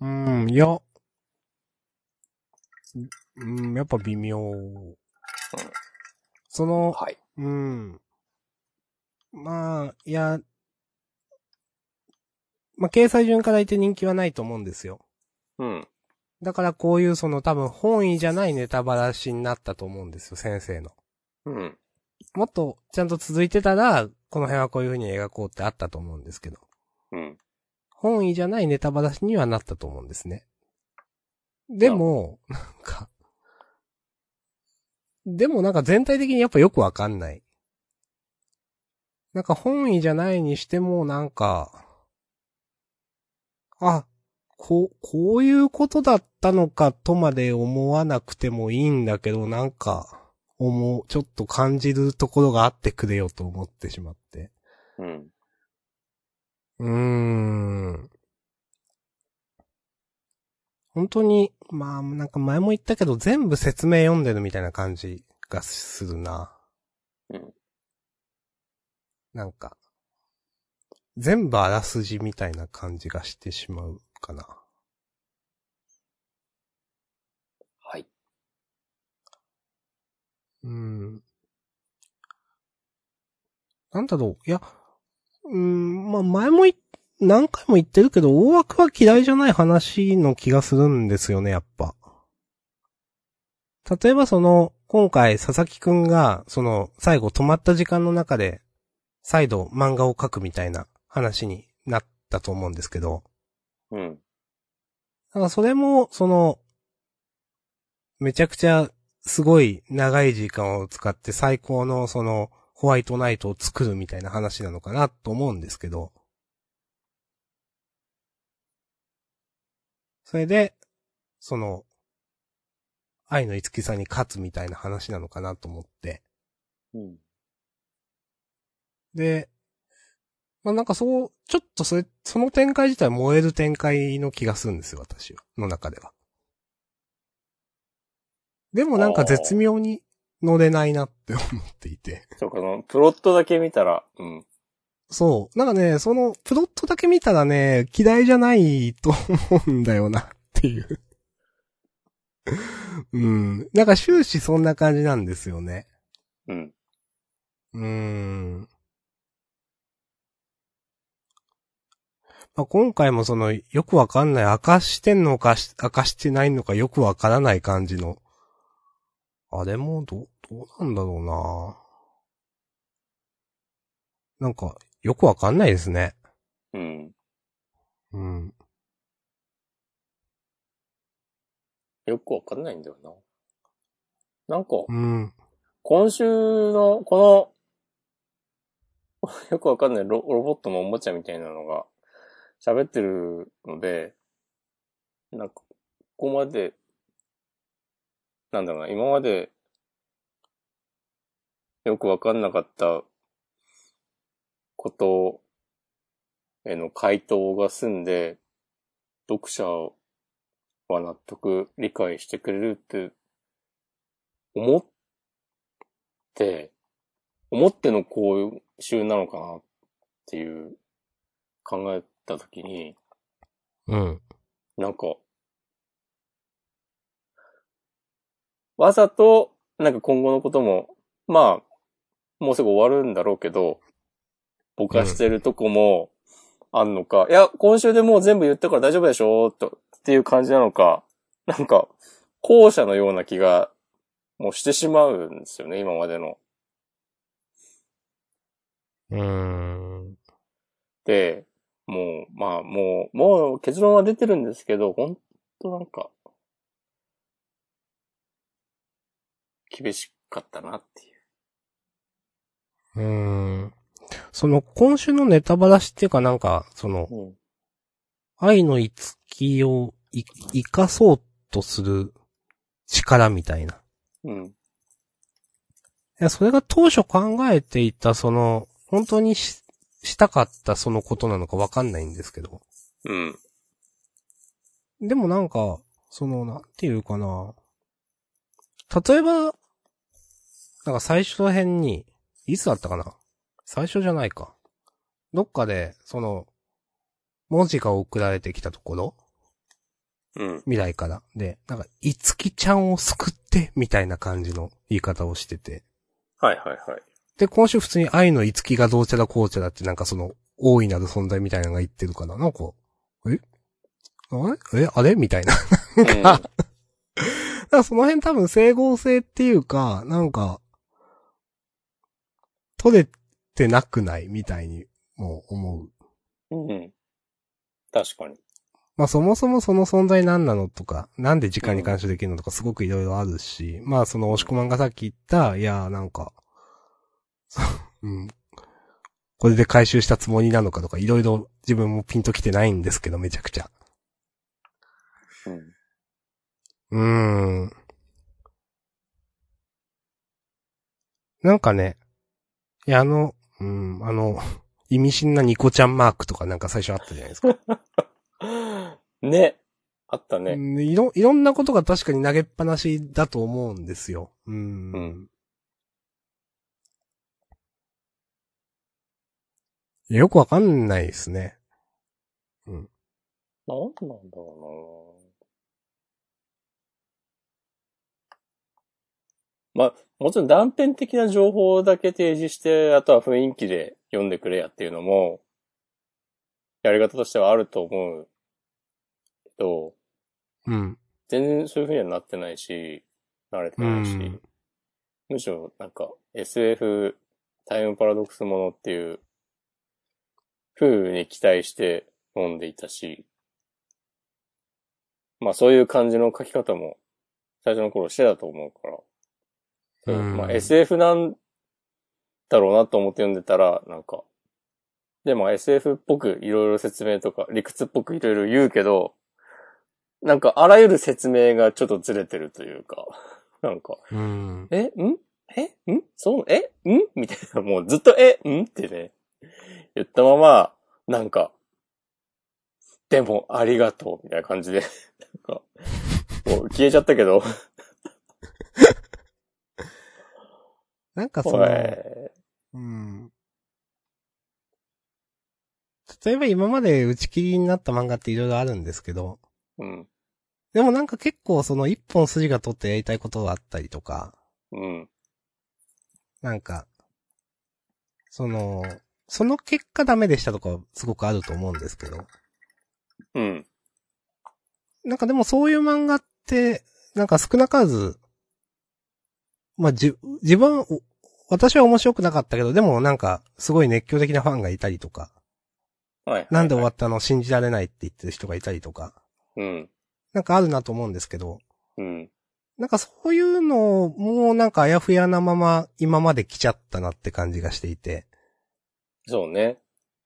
Speaker 2: うん、いや。うん、やっぱ微妙。その、
Speaker 1: はい。
Speaker 2: うん。まあ、いや、まあ、掲載順から言って人気はないと思うんですよ。
Speaker 1: うん。
Speaker 2: だからこういうその多分本意じゃないネタバラシになったと思うんですよ、先生の。
Speaker 1: うん。
Speaker 2: もっとちゃんと続いてたら、この辺はこういう風に描こうってあったと思うんですけど。
Speaker 1: うん。
Speaker 2: 本意じゃないネタバラシにはなったと思うんですね。でも、なんか、でもなんか全体的にやっぱよくわかんない。なんか本意じゃないにしてもなんか、あ、こう、こういうことだったのかとまで思わなくてもいいんだけど、なんか、思う、ちょっと感じるところがあってくれよと思ってしまって。
Speaker 1: うん。
Speaker 2: うーん。本当に、まあ、なんか前も言ったけど、全部説明読んでるみたいな感じがするな。
Speaker 1: うん
Speaker 2: なんか、全部あらすじみたいな感じがしてしまうかな。
Speaker 1: はい。
Speaker 2: うん。なんだろう。いや、うん、まあ、前もい、何回も言ってるけど、大枠は嫌いじゃない話の気がするんですよね、やっぱ。例えばその、今回、佐々木くんが、その、最後止まった時間の中で、再度漫画を描くみたいな話になったと思うんですけど、
Speaker 1: うん。
Speaker 2: なんかそれも、その、めちゃくちゃすごい長い時間を使って最高のそのホワイトナイトを作るみたいな話なのかなと思うんですけど。それで、その、愛のいつきさんに勝つみたいな話なのかなと思って。
Speaker 1: うん。
Speaker 2: で、まあなんかそう、ちょっとそれ、その展開自体燃える展開の気がするんですよ、私は。の中では。でもなんか絶妙に乗れないなって思っていて。
Speaker 1: そうか、その、プロットだけ見たら、うん。
Speaker 2: そう。なんかね、その、プロットだけ見たらね、嫌いじゃないと思うんだよなっていう。うん。なんか終始そんな感じなんですよね。
Speaker 1: うん。
Speaker 2: うーん。まあ、今回もその、よくわかんない、明かしてんのかし、明かしてないのかよくわからない感じの。あれも、どう、どうなんだろうななんか、よくわかんないですね。
Speaker 1: うん。
Speaker 2: うん。
Speaker 1: よくわかんないんだよな。なんか、
Speaker 2: うん。
Speaker 1: 今週の、この、 よくわかんないロロボットのおもちゃみたいなのが喋ってるので、なんか、ここまで、なんだろうな、今までよくわかんなかったことへの回答が済んで、読者は納得、理解してくれるって思っって、思っての講習なのかなっていう考えたときに、
Speaker 2: うん。
Speaker 1: なんか、わざと、なんか今後のことも、まあ、もうすぐ終わるんだろうけど、ぼかしてるとこもあんのか、いや、今週でもう全部言ったから大丈夫でしょと、っていう感じなのか、なんか、後者のような気が、もうしてしまうんですよね、今までの。
Speaker 2: うーん。
Speaker 1: で、もう、まあ、もう、もう結論は出てるんですけど、ほんとなんか、厳しかったなっていう。
Speaker 2: うーん。その、今週のネタバラシっていうかなんか、その、
Speaker 1: うん。
Speaker 2: 愛のいつきをい生かそうとする力みたいな。い
Speaker 1: うん。
Speaker 2: や、それが当初考えていた、その、本当にし、したかったそのことなのかわかんないんですけど。
Speaker 1: うん。
Speaker 2: でもなんか、その、なんていうかな。例えば、なんか最初ら辺に、いつだったかな最初じゃないか。どっかで、その、文字が送られてきたところ
Speaker 1: うん。
Speaker 2: 未来から。で、なんか、いつきちゃんを救って、みたいな感じの言い方をしてて。
Speaker 1: はいはいはい。
Speaker 2: で、今週普通に愛のいつきがどうちゃらこうちゃらって、なんかその、大いなる存在みたいなのが言ってるから、なんか、えあれえあれみたいな。
Speaker 1: うん
Speaker 2: だからその辺多分整合性っていうか、なんか、取れてなくないみたいに、もう思う。
Speaker 1: うん。確かに。
Speaker 2: まあそもそもその存在何なのとか、なんで時間に干渉できるのとかすごくいろいろあるし、まあその押し込まんがさっき言った、いやーなんか、 そううん。これで回収したつもりなのかとか、いろいろ自分もピンときてないんですけど、めちゃくちゃ。
Speaker 1: うん。
Speaker 2: うーん。なんかね、いや、あの、うん、あの、意味深なニコちゃんマークとかなんか最初あったじゃないですか。
Speaker 1: ね。あったね。
Speaker 2: うんいろ、いろんなことが確かに投げっぱなしだと思うんですよ。うーん。
Speaker 1: うん
Speaker 2: よくわかんないですね。
Speaker 1: なんなんだろうなまあ、もちろん断片的な情報だけ提示して、あとは雰囲気で読んでくれやっていうのも、やり方としてはあると思うけど、
Speaker 2: うん。
Speaker 1: 全然そういう風にはなってないし、慣れて
Speaker 2: う
Speaker 1: ないし、
Speaker 2: ん。
Speaker 1: むしろなんか SF タイムパラドックスものっていう風に期待して飲んでいたし、まあそういう感じの書き方も最初の頃してたと思うから、
Speaker 2: うん
Speaker 1: まあ SF なんだろうなと思って読んでたら、なんか、でも SF っぽくいろいろ説明とか理屈っぽくいろいろ言うけど、なんかあらゆる説明がちょっとずれてるというか、なんか、
Speaker 2: うん。
Speaker 1: え、んえ、んそう、え、んみたいな、もうずっと、え、んってね、言ったまま、なんか、でも、ありがとう、みたいな感じで、なんか、もう消えちゃったけど、
Speaker 2: なんかそ
Speaker 1: おい
Speaker 2: の、うん。例えば今まで打ち切りになった漫画っていろいろあるんですけど、
Speaker 1: うん、
Speaker 2: でもなんか結構その一本筋が取ってやりたいことがあったりとか、
Speaker 1: うん、
Speaker 2: なんか、その、その結果ダメでしたとかはすごくあると思うんですけど、
Speaker 1: うん、
Speaker 2: なんかでもそういう漫画って、なんか少なからず、まあ、じ、自分、お私は面白くなかったけど、でもなんか、すごい熱狂的なファンがいたりとか、
Speaker 1: はいはい。
Speaker 2: なんで終わったの信じられないって言ってる人がいたりとか、
Speaker 1: うん、
Speaker 2: なんかあるなと思うんですけど、
Speaker 1: うん、
Speaker 2: なんかそういうのもなんかあやふやなまま今まで来ちゃったなって感じがしていて、
Speaker 1: そうね。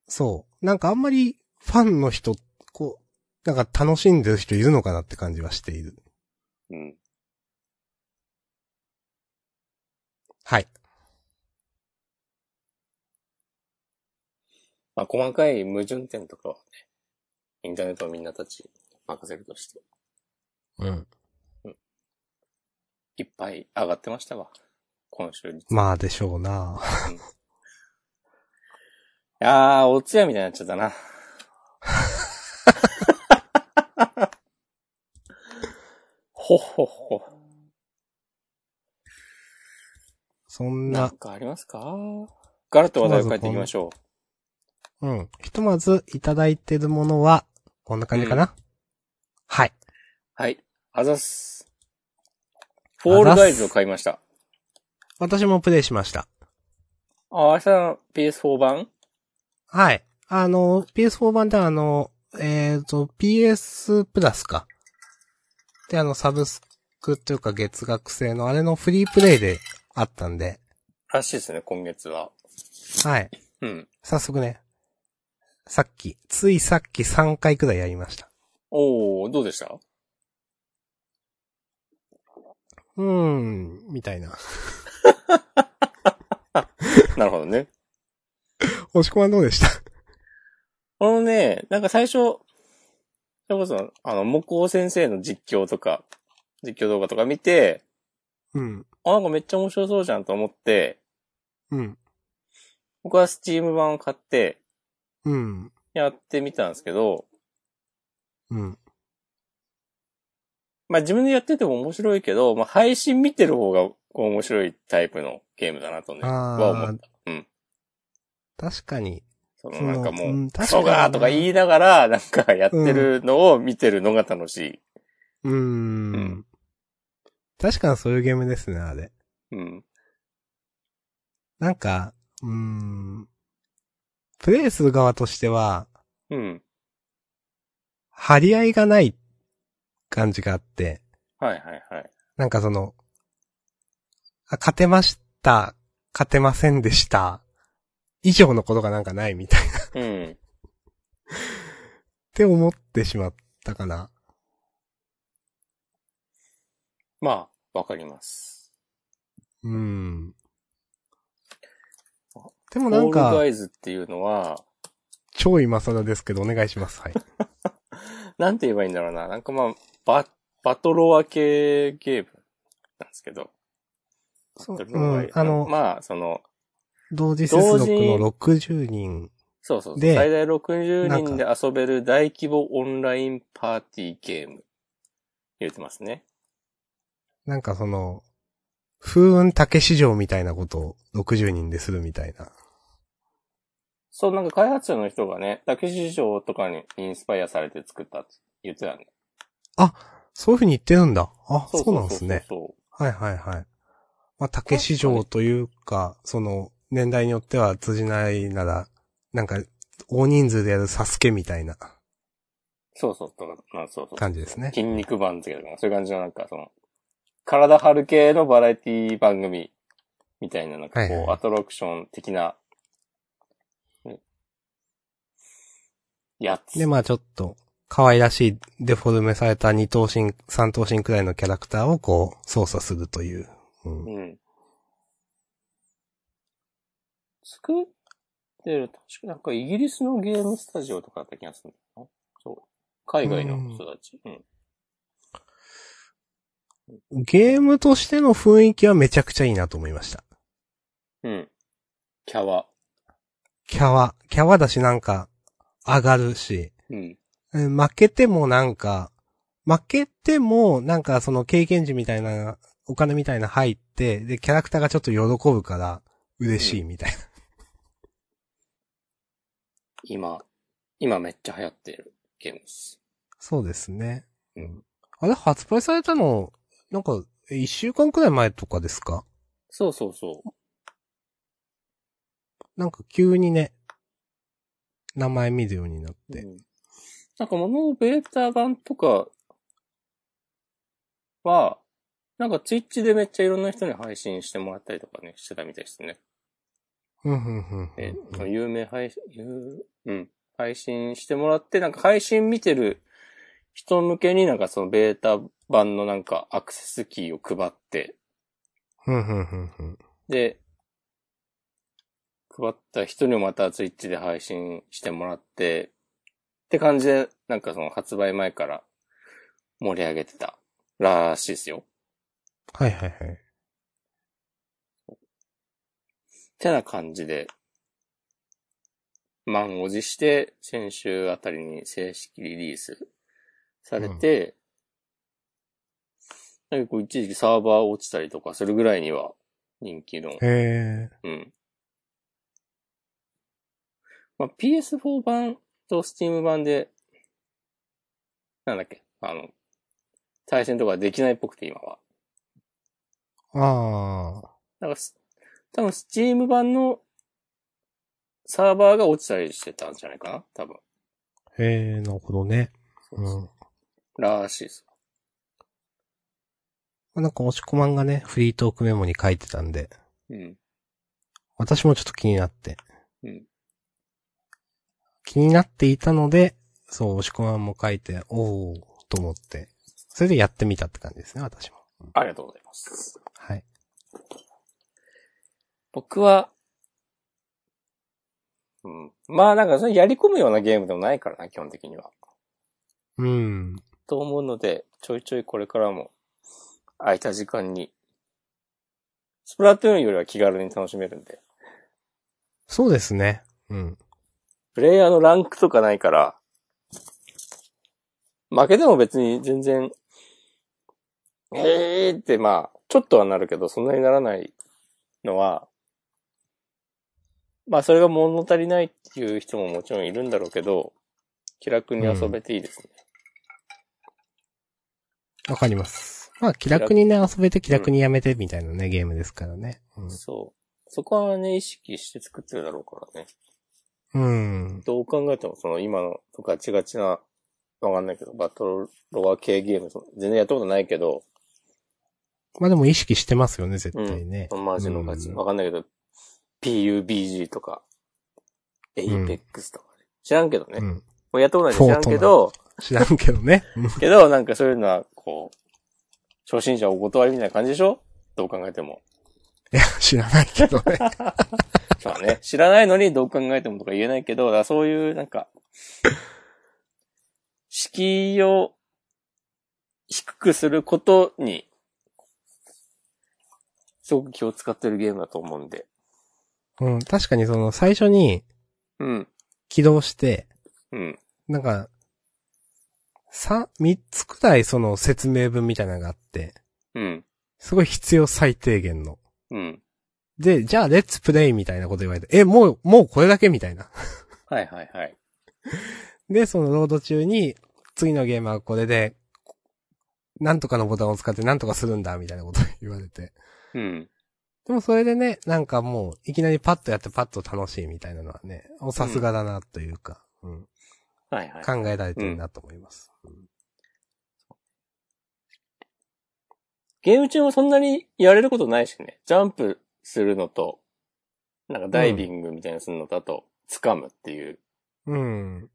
Speaker 2: そう。なんかあんまりファンの人、こう、なんか楽しんでる人いるのかなって感じはしている。
Speaker 1: うん。
Speaker 2: はい。
Speaker 1: まあ、細かい矛盾点とかはね、インターネットのみんなたちに任せるとして、
Speaker 2: うん。
Speaker 1: いっぱい上がってましたわ。今週に。
Speaker 2: まあでしょうな
Speaker 1: いやー、お通夜みたいになっちゃったな。ほっほっほ。
Speaker 2: そん
Speaker 1: なん
Speaker 2: な、
Speaker 1: かありますかガラッと話題を変えていきましょ
Speaker 2: うん。ひとまずいただいてるものは、こんな感じかな、はい。
Speaker 1: う。はい。あざっす。フォールガイズを買いました。
Speaker 2: 私もプレイしました。
Speaker 1: あ、明日の PS4 版
Speaker 2: はい。あの、PS4 版であの、えっ、と、PS プラスか。で、あの、サブスクというか月額制のあれのフリープレイであったんで、
Speaker 1: らしいですね、今月は。
Speaker 2: はい。
Speaker 1: うん。
Speaker 2: 早速ね、さっき、ついさっき3回くらいやりました。
Speaker 1: おー、どうでした
Speaker 2: うーん、みたいな。
Speaker 1: なるほどね。
Speaker 2: 押し込まんどうでした
Speaker 1: このね、なんか最初、それこそ、あの、木工先生の実況とか、実況動画とか見て、
Speaker 2: うん、
Speaker 1: あ、なんかめっちゃ面白そうじゃんと思って、
Speaker 2: うん、
Speaker 1: 僕はスチーム版を買って、
Speaker 2: うん、
Speaker 1: やってみたんですけど、
Speaker 2: うん。
Speaker 1: まあ自分でやってても面白いけど、まあ配信見てる方がこう面白いタイプのゲームだなとね、
Speaker 2: あー
Speaker 1: は思った。うん。
Speaker 2: 確かに。
Speaker 1: そ
Speaker 2: そ
Speaker 1: のな
Speaker 2: の
Speaker 1: んかも
Speaker 2: うん
Speaker 1: う、ク
Speaker 2: 確か
Speaker 1: ソ
Speaker 2: にな
Speaker 1: ガーとか言いながら、なんかやってるのを見てるのが楽し
Speaker 2: うーん。
Speaker 1: うん
Speaker 2: 確かにそういうゲームですね、あれ。
Speaker 1: い。うん。
Speaker 2: なんか、うーん。プレイする側としては、
Speaker 1: うん。
Speaker 2: 張り合いがない感じがあって、
Speaker 1: はいはいはい。
Speaker 2: なんかその、あ、勝てました、勝てませんでした、以上のことがなんかないみたいなっ
Speaker 1: うん。
Speaker 2: て思ってしまったかな。
Speaker 1: まあ、わかります。
Speaker 2: うーん。でも
Speaker 1: オ
Speaker 2: なん
Speaker 1: ールガ
Speaker 2: か、
Speaker 1: イズっていうのは、
Speaker 2: 超今更ですけどお願いします。はい。
Speaker 1: なんて言えばいいんだろうな。なんかまあ、バ、バトロワ系ゲームなんですけど。
Speaker 2: そう
Speaker 1: バトロワ
Speaker 2: うんあの
Speaker 1: まあ、その、
Speaker 2: 同時接続の60人。
Speaker 1: そうそうそう
Speaker 2: で
Speaker 1: 最大60人で
Speaker 2: な
Speaker 1: 遊べる大規模オンラインパーティーゲーム。言ってますね。
Speaker 2: なんかその、風雲竹市場みたいなことを60人でするみたいな。
Speaker 1: そう、なんか開発者の人がね、竹市場とかにインスパイアされて作ったって言ってたんで。
Speaker 2: あ、そういうふうに言ってるんだ。あ、そうなんですね。
Speaker 1: そう
Speaker 2: はいはいはい。まあ、竹市場というか、その、年代によっては通じないなら、なんか、大人数でやるサスケみたいな
Speaker 1: そうそう。そうそうとか、まあそうそう。
Speaker 2: 感じですね。
Speaker 1: 筋肉番付とか、そういう感じのなんか、その、体張る系のバラエティ番組みたいな、なんかこう、
Speaker 2: はいはい
Speaker 1: アトラクション的な、ねやつ。
Speaker 2: で、まあちょっと、可愛らしいデフォルメされた二等身、三等身くらいのキャラクターをこう、操作するという。うん
Speaker 1: うん。作ってる、確かなんかイギリスのゲームスタジオとかだった気がするんだよな。そう。海外の人たち。うん。
Speaker 2: ゲームとしての雰囲気はめちゃくちゃいいなと思いました。
Speaker 1: うん。キャワ。
Speaker 2: キャワ、キャワだしなんか、上がるし、
Speaker 1: うん。
Speaker 2: えー負けてもなんか、負けてもなんかその経験値みたいな、お金みたいな入って、で、キャラクターがちょっと喜ぶから、嬉しいみたいな。
Speaker 1: 今、今めっちゃ流行ってるゲームです。
Speaker 2: そうですね。
Speaker 1: うん。
Speaker 2: あれ、発売されたの、なんか、え一週間くらい前とかですか
Speaker 1: そうそうそう。
Speaker 2: なんか急にね、名前見るようになって。
Speaker 1: うんなんか物のベータ版とかは、なんかツイッチでめっちゃいろんな人に配信してもらったりとかね、してたみたいですね。
Speaker 2: うん、うん、うん。
Speaker 1: え、有名配信、有うん、配信してもらって、なんか配信見てる人向けになんかそのベータ版のなんかアクセスキーを配って、
Speaker 2: うん、うん、うん、うん。
Speaker 1: で、配った人にまたツイッチで配信してもらって、って感じで、なんかその発売前から盛り上げてたらしいですよ。
Speaker 2: はい、はい、はい。
Speaker 1: てな感じで、満を持して、先週あたりに正式リリースされて、なんかこう一時期サーバー落ちたりとかするぐらいには人気の、
Speaker 2: え
Speaker 1: うん。まあ、PS4 版と Steam 版で、なんだっけ、あの、対戦とかできないっぽくて今は。
Speaker 2: ー、ああ、
Speaker 1: なんかす、多分スチーム版のサーバーが落ちたりしてたんじゃないかな多分。
Speaker 2: ええー、なるほどね。
Speaker 1: そう
Speaker 2: う。
Speaker 1: そうんらしいです。
Speaker 2: なんか、押し込まんがね、フリートークメモに書いてたんで、
Speaker 1: うん。
Speaker 2: 私もちょっと気になって。
Speaker 1: うん
Speaker 2: 気になっていたので、そう、押し込まんも書いて、おおと思って。それでやってみたって感じですね、私も。
Speaker 1: ありがとうございます。
Speaker 2: はい。
Speaker 1: 僕は、うん。まあなんかそれやり込むようなゲームでもないからな、基本的には。
Speaker 2: うん。
Speaker 1: と思うので、ちょいちょいこれからも空いた時間に、スプラトゥーンよりは気軽に楽しめるんで。
Speaker 2: そうですね。うん。
Speaker 1: プレイヤーのランクとかないから、負けても別に全然、えーってまあ、ちょっとはなるけど、そんなにならないのは、まあそれが物足りないっていう人ももちろんいるんだろうけど、気楽に遊べていいですね。
Speaker 2: わかります。まあ、気楽にね、遊べて気楽にやめてみたいなね、ゲームですからね。
Speaker 1: そう。そこはね、意識して作ってるだろうからね。
Speaker 2: うん。うん。
Speaker 1: どう考えても、その今のガチガチな、わかんないけど、バトロワ系ゲーム、その全然やったことないけど、
Speaker 2: まあでも意識してますよね、絶対ね。
Speaker 1: マジのガチ。
Speaker 2: うん
Speaker 1: わかんないけど、PUBG とか、APEX とかね。知らんけどね。
Speaker 2: う
Speaker 1: も
Speaker 2: ん。
Speaker 1: うやったことないんで知らんけど、
Speaker 2: 知らんけどね。うん
Speaker 1: けどなんかそういうのは、こう、初心者お断りみたいな感じでしょどう考えても。
Speaker 2: いや、知らないけどね。
Speaker 1: そうだ ね。知らないのにどう考えてもとか言えないけど、だからそういうなんか、敷居を低くすることに、すごく気を使ってるゲームだと思うんで。
Speaker 2: うん、確かにその最初に、
Speaker 1: うん。
Speaker 2: 起動して、
Speaker 1: うん。
Speaker 2: なんか、さ、三つくらいその説明文みたいなのがあって、
Speaker 1: うん。
Speaker 2: すごい必要最低限の。
Speaker 1: うん。
Speaker 2: で、じゃあ、レッツプレイみたいなこと言われて、え、もう、もうこれだけみたいな。
Speaker 1: はいはいはい。
Speaker 2: で、そのロード中に、次のゲームはこれで、なんとかのボタンを使ってなんとかするんだ、みたいなこと言われて。
Speaker 1: うん。
Speaker 2: でもそれでね、なんかもう、いきなりパッとやってパッと楽しいみたいなのはね、おさすがだなというか、うん
Speaker 1: はいはい。
Speaker 2: 考えられてるなと思います。
Speaker 1: ゲーム中もそんなにやれることないしね。ジャンプするのと、なんかダイビングみたいなのするのと、あと、掴むっていう
Speaker 2: うん。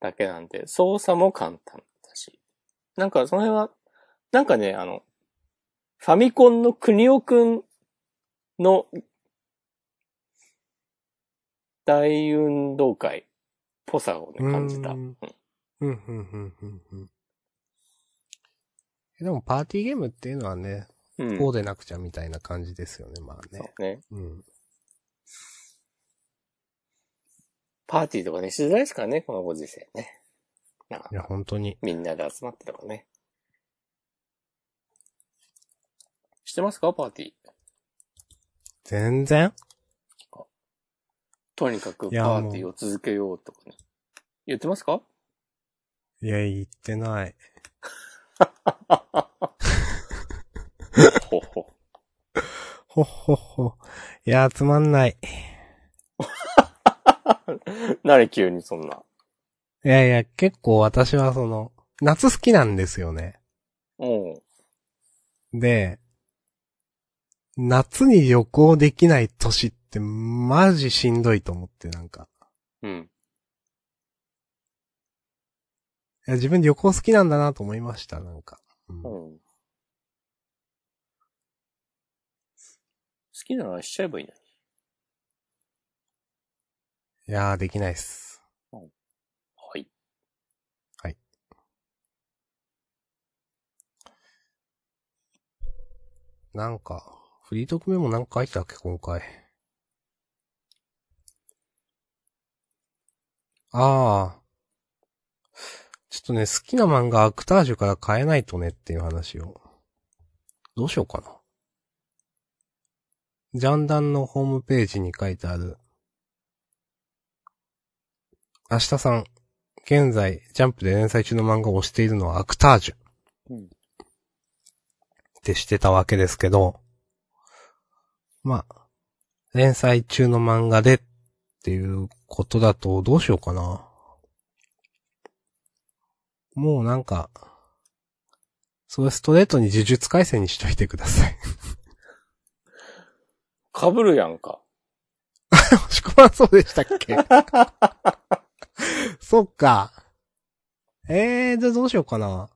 Speaker 1: だけなんで、操作も簡単だし。なんかその辺は、なんかね、あの、ファミコンの国尾くんの大運動会っぽさをね、感じた。
Speaker 2: う
Speaker 1: うんん。
Speaker 2: うん、うん、うん、うん、うん。でも、パーティーゲームっていうのはね、
Speaker 1: うん。
Speaker 2: こうでなくちゃみたいな感じですよね、まあ
Speaker 1: そ
Speaker 2: ね。
Speaker 1: うね。
Speaker 2: うん。
Speaker 1: パーティーとかね、しづらいですからね、このご時世ね。なんか
Speaker 2: いや、本当に。
Speaker 1: みんなで集まってとかね。してますかパーティー。
Speaker 2: 全然
Speaker 1: とにかく
Speaker 2: い
Speaker 1: パ
Speaker 2: や
Speaker 1: ーティーを続けようとかね。言ってますか
Speaker 2: いや、言ってない。
Speaker 1: ほほ。
Speaker 2: ほっほっほ。いや、つまんない。
Speaker 1: なに急にそんな。
Speaker 2: いやいや、結構私はその、夏好きなんですよね。
Speaker 1: おう
Speaker 2: で、夏に旅行できない年ってマジしんどいと思ってなんか。
Speaker 1: うん。
Speaker 2: いや自分旅行好きなんだなと思いました、なんか。うん
Speaker 1: うん。好きならしちゃえばいいのに。
Speaker 2: いやー、できないっす。
Speaker 1: はい。
Speaker 2: なんか、フリートークメモなんか書いてたっけ、今回。ああ。ちょっとね、好きな漫画アクタージュから変えないとねっていう話を。どうしようかな。ジャンダンのホームページに書いてある。明日さん、現在、ジャンプで連載中の漫画を推しているのはアクタージュ。
Speaker 1: うん
Speaker 2: ってしてたわけですけど、まあ、連載中の漫画でっていうことだとどうしようかな。もうなんか、それストレートに呪術回戦にしといてください。
Speaker 1: かぶるやんか。
Speaker 2: 押し込まんそうでしたっけ そっか。えー、じゃあどうしようかな。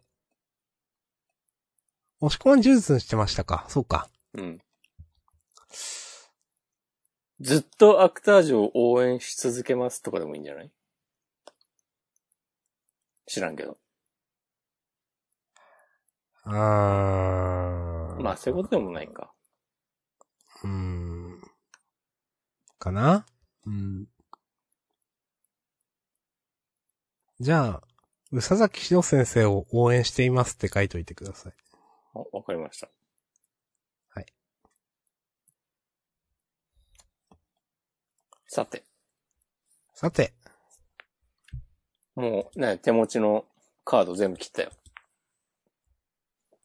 Speaker 2: 押し込まん呪術にしてましたか。そうか。
Speaker 1: うん。ずっとアクタージュを応援し続けますとかでもいいんじゃない知らんけど。
Speaker 2: うーん。
Speaker 1: まあ、そういうことでもないか。
Speaker 2: うーん。かなうん。じゃあ、宇佐崎史郎先生を応援していますって書いといてください。
Speaker 1: あわかりました。
Speaker 2: はい。
Speaker 1: さて、
Speaker 2: さて、
Speaker 1: もうね、手持ちのカード全部切ったよ。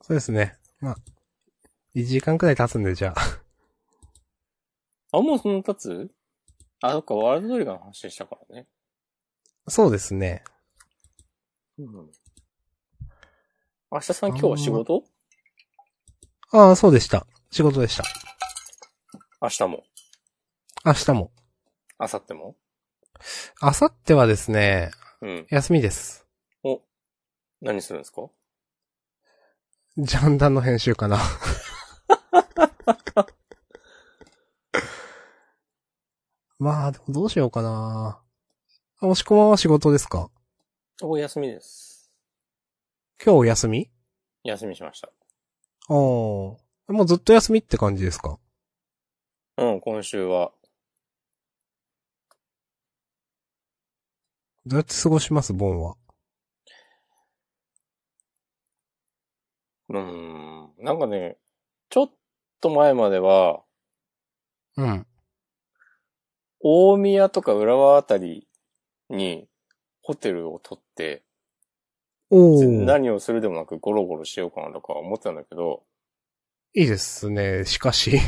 Speaker 2: そうですね。まあ、1時間くらい経つんで、じゃあ。
Speaker 1: あ、もうそんな経つあ、そっか、ワールドトリガーの話したからね。
Speaker 2: そうですね。
Speaker 1: うん。明日さん今日は仕事
Speaker 2: ああ、そうでした。仕事でした。
Speaker 1: 明日も、
Speaker 2: 明日も。
Speaker 1: 明後日も
Speaker 2: 明後日はですね、
Speaker 1: うん。
Speaker 2: 休みです。
Speaker 1: お、何するんですか
Speaker 2: ジャンダンの編集か な。まあ、でもどうしようかな。あ押し込まんは仕事ですか
Speaker 1: お休みです。
Speaker 2: 今日お休み
Speaker 1: 休みしました。
Speaker 2: ああ。もうずっと休みって感じですか
Speaker 1: うん、今週は、
Speaker 2: どうやって過ごします、ボンは。
Speaker 1: うーん。なんかね、ちょっと前までは、
Speaker 2: うん。
Speaker 1: 大宮とか浦和あたりにホテルを取って、
Speaker 2: おー。
Speaker 1: 何をするでもなくゴロゴロしようかなとか思ってたんだけど、
Speaker 2: いいですね。しかし。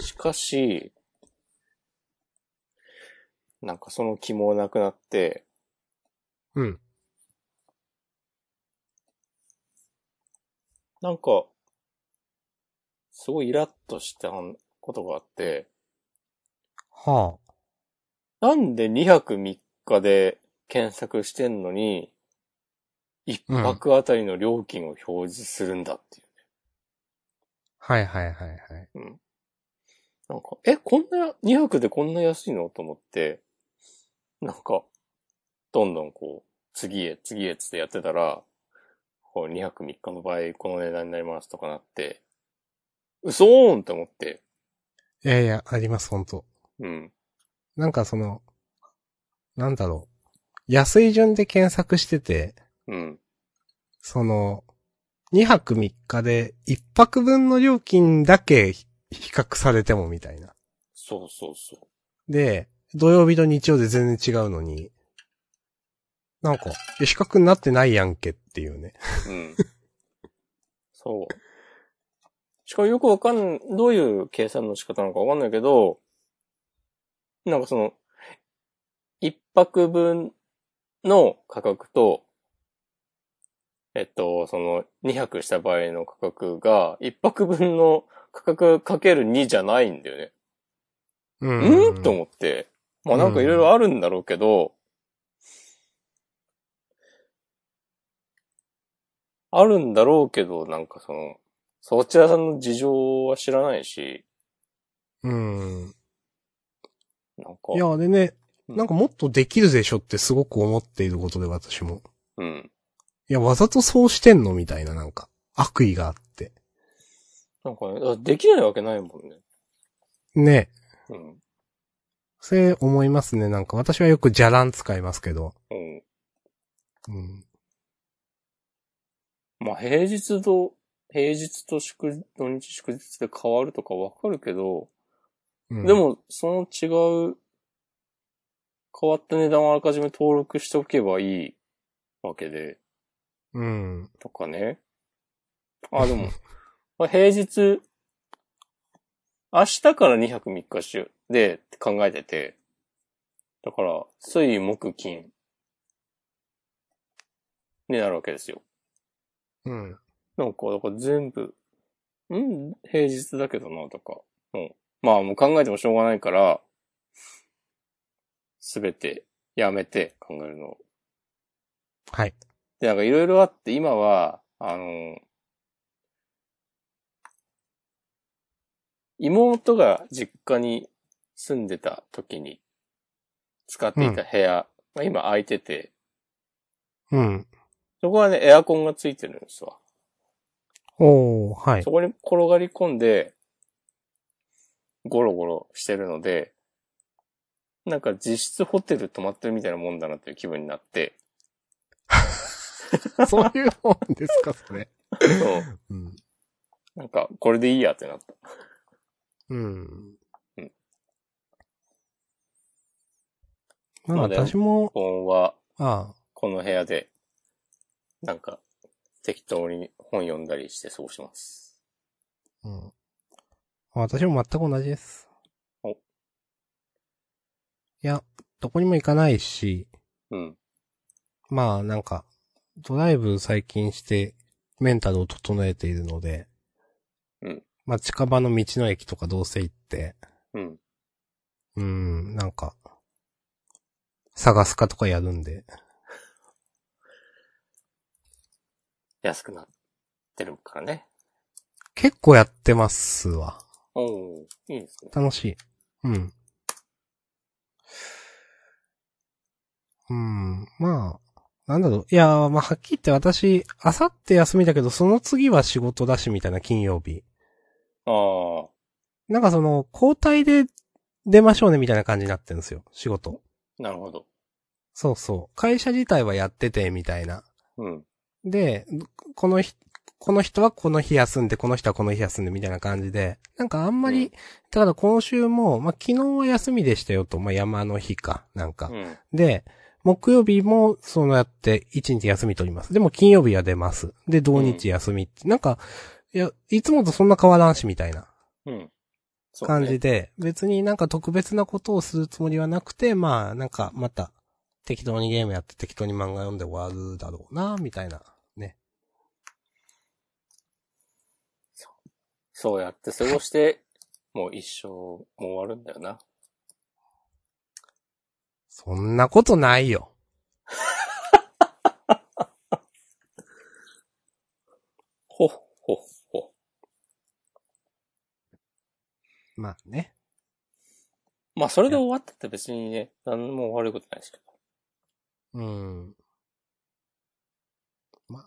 Speaker 1: しかし、なんかその気もなくなって、
Speaker 2: うん。
Speaker 1: なんか、すごいイラッとしたことがあって、
Speaker 2: はあ。
Speaker 1: なんで2泊3日で検索してんのに、1泊あたりの料金を表示するんだっていう。
Speaker 2: はいはいはいはい。
Speaker 1: なんか、え、こんな、2泊でこんな安いのと思って、なんか、どんどんこう、次へ次へつってやってたら、こう2泊3日の場合、この値段になりますとかなって、嘘ーんと思って、
Speaker 2: いやいや、あります、ほんと。
Speaker 1: うん。
Speaker 2: なんかその、なんだろう。安い順で検索してて、
Speaker 1: うん。
Speaker 2: その、2泊3日で1泊分の料金だけ比較されてもみたいな。
Speaker 1: そうそうそう。
Speaker 2: で、土曜日と日曜で全然違うのに、なんか、え比較になってないやんけっていうね。
Speaker 1: うん。 そう。しかもよくわかん、どういう計算の仕方なのかわかんないけど、なんかその、一泊分の価格と、えっと、その、二泊した場合の価格が、一泊分の価格かける2じゃないんだよね。
Speaker 2: う
Speaker 1: うんと思って。まあなんかいろいろあるんだろうけど、あるんだろうけど、なんかその、そちらさんの事情は知らないし、
Speaker 2: うん。
Speaker 1: なんか、
Speaker 2: いや、でね、
Speaker 1: うん
Speaker 2: なんかもっとできるでしょってすごく思っていることで私も。
Speaker 1: うん。
Speaker 2: いや、わざとそうしてんのみたいななんか、悪意があって。
Speaker 1: なんかね、だできないわけないもんね。
Speaker 2: ね。
Speaker 1: うん。
Speaker 2: それ思いますね。なんか私はよくじゃらん使いますけど。
Speaker 1: うん。
Speaker 2: うん。
Speaker 1: まあ平日と、平日と祝、土日祝日で変わるとかわかるけど、
Speaker 2: うん
Speaker 1: で、も、その違う、変わった値段をあらかじめ登録しておけばいいわけで、
Speaker 2: うん。
Speaker 1: とかね。あ、で も、まあ平日、明日から2泊3日週で考えてて、だから、水、木、金、になるわけですよ。
Speaker 2: うん。
Speaker 1: なんか、だから全部、ん平日だけどな、とか。うん。まあ、もう考えてもしょうがないから、すべてやめて考えるのを。
Speaker 2: はい。
Speaker 1: で、なんかいろいろあって、今は、あの、妹が実家に住んでた時に使っていた部屋、まあ今空いてて、
Speaker 2: うん。
Speaker 1: そこはね、エアコンがついてるんですわ。
Speaker 2: おー、はい
Speaker 1: そ。こに転がり込んで、ゴロゴロしてるので、なんか実質ホテル泊まってるみたいなもんだなという気分になって、
Speaker 2: そう いうもんですか、それ。
Speaker 1: そう
Speaker 2: うん。
Speaker 1: なんかこれでいいやってなった。
Speaker 2: うん
Speaker 1: うん。
Speaker 2: まあ
Speaker 1: まあでも
Speaker 2: 私も、
Speaker 1: 今後は
Speaker 2: あ
Speaker 1: この部屋で、なんか適当に本読んだりして過ごします。
Speaker 2: あ、うん。私も全く同じです。
Speaker 1: お
Speaker 2: いや、どこにも行かないし、
Speaker 1: うん。
Speaker 2: まあなんか、ドライブ最近してメンタルを整えているので、
Speaker 1: うん。
Speaker 2: まあ近場の道の駅とかどうせ行って、
Speaker 1: うん。
Speaker 2: うん、なんか、探すかとかやるんで、
Speaker 1: 安くなってるからね。
Speaker 2: 結構やってますわ。
Speaker 1: おおいいですね。
Speaker 2: 楽しい。うん。うん。まあ、なんだろう。いやー、まあ、はっきり言って私、あさって休みだけど、その次は仕事だし、みたいな金曜日。
Speaker 1: ああ、
Speaker 2: なんかその、交代で出ましょうね、みたいな感じになってるんですよ。仕事。
Speaker 1: なるほど。
Speaker 2: そうそう。会社自体はやってて、みたいな。
Speaker 1: うん。
Speaker 2: で、この日、この人はこの日休んで、この人はこの日休んで、みたいな感じで。なんかあんまり、
Speaker 1: うん
Speaker 2: だから今週も、まあ、昨日は休みでしたよと、まあ、山の日か、なんか。
Speaker 1: うん。
Speaker 2: で、木曜日も、そうやって、1日休み取ります。でも金曜日は出ます。で、土日休みって、なんか、いや、いつもとそんな変わらんし、みたいな
Speaker 1: うん。そうね
Speaker 2: 感じ。で、別になんか特別なことをするつもりはなくて、まあ、なんか、また、適当にゲームやって適当に漫画読んで終わるだろうな、みたいな。ね。
Speaker 1: そうやって過ごして、もう一生、もう終わるんだよな。
Speaker 2: そんなことないよ。
Speaker 1: ほっほっほ。
Speaker 2: まあね。
Speaker 1: まあ、それで終わったって別にね、何も悪いことないですけど。
Speaker 2: うん。まあ、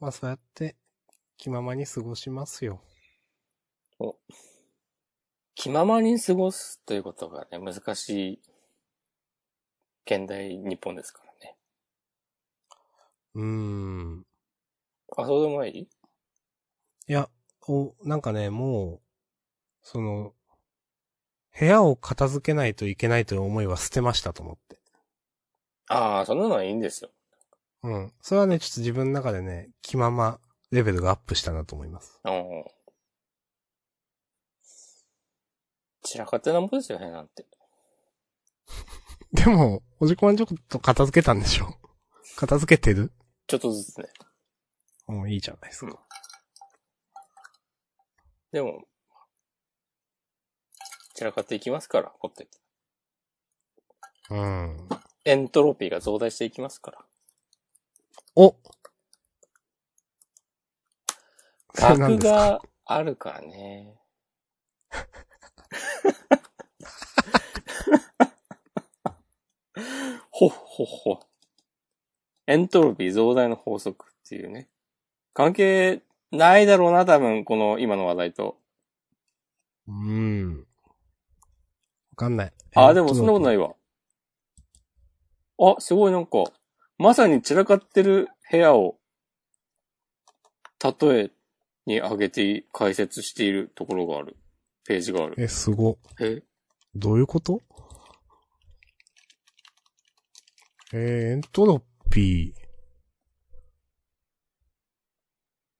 Speaker 2: まあそうやって、気ままに過ごしますよ。
Speaker 1: 気ままに過ごすということがね、難しい、現代日本ですからね。
Speaker 2: うーん。
Speaker 1: あ、そうでもない
Speaker 2: いや、お、なんかね、もう、その、部屋を片付けないといけないという思いは捨てましたと思って。
Speaker 1: ああ、そんなのはいいんですよ。
Speaker 2: うん。それはね、ちょっと自分の中でね、気ままレベルがアップしたなと思います。
Speaker 1: うん。散らかってなんぼですよ、ね、なんて。
Speaker 2: でも、おじこまんちょっと片付けたんでしょ片付けてる
Speaker 1: ちょっとずつね。
Speaker 2: うん、いいじゃないですか。
Speaker 1: でも、散らかっていきますから、ほっといて。
Speaker 2: うん。
Speaker 1: エントロピーが増大していきますから。
Speaker 2: おそれなん
Speaker 1: 額
Speaker 2: ですか
Speaker 1: があるからね。 ほっほっほ。エントロピー増大の法則っていうね。関係ないだろうな、多分、この今の話題と。
Speaker 2: うん。わかんない。。
Speaker 1: あ、でもそんなことないいわ。あ、すごいなんか、まさに散らかってる部屋を、例えに挙げて解説しているところがある。ページがある。
Speaker 2: え、すご。
Speaker 1: え、
Speaker 2: どういうことえー、エントロピー。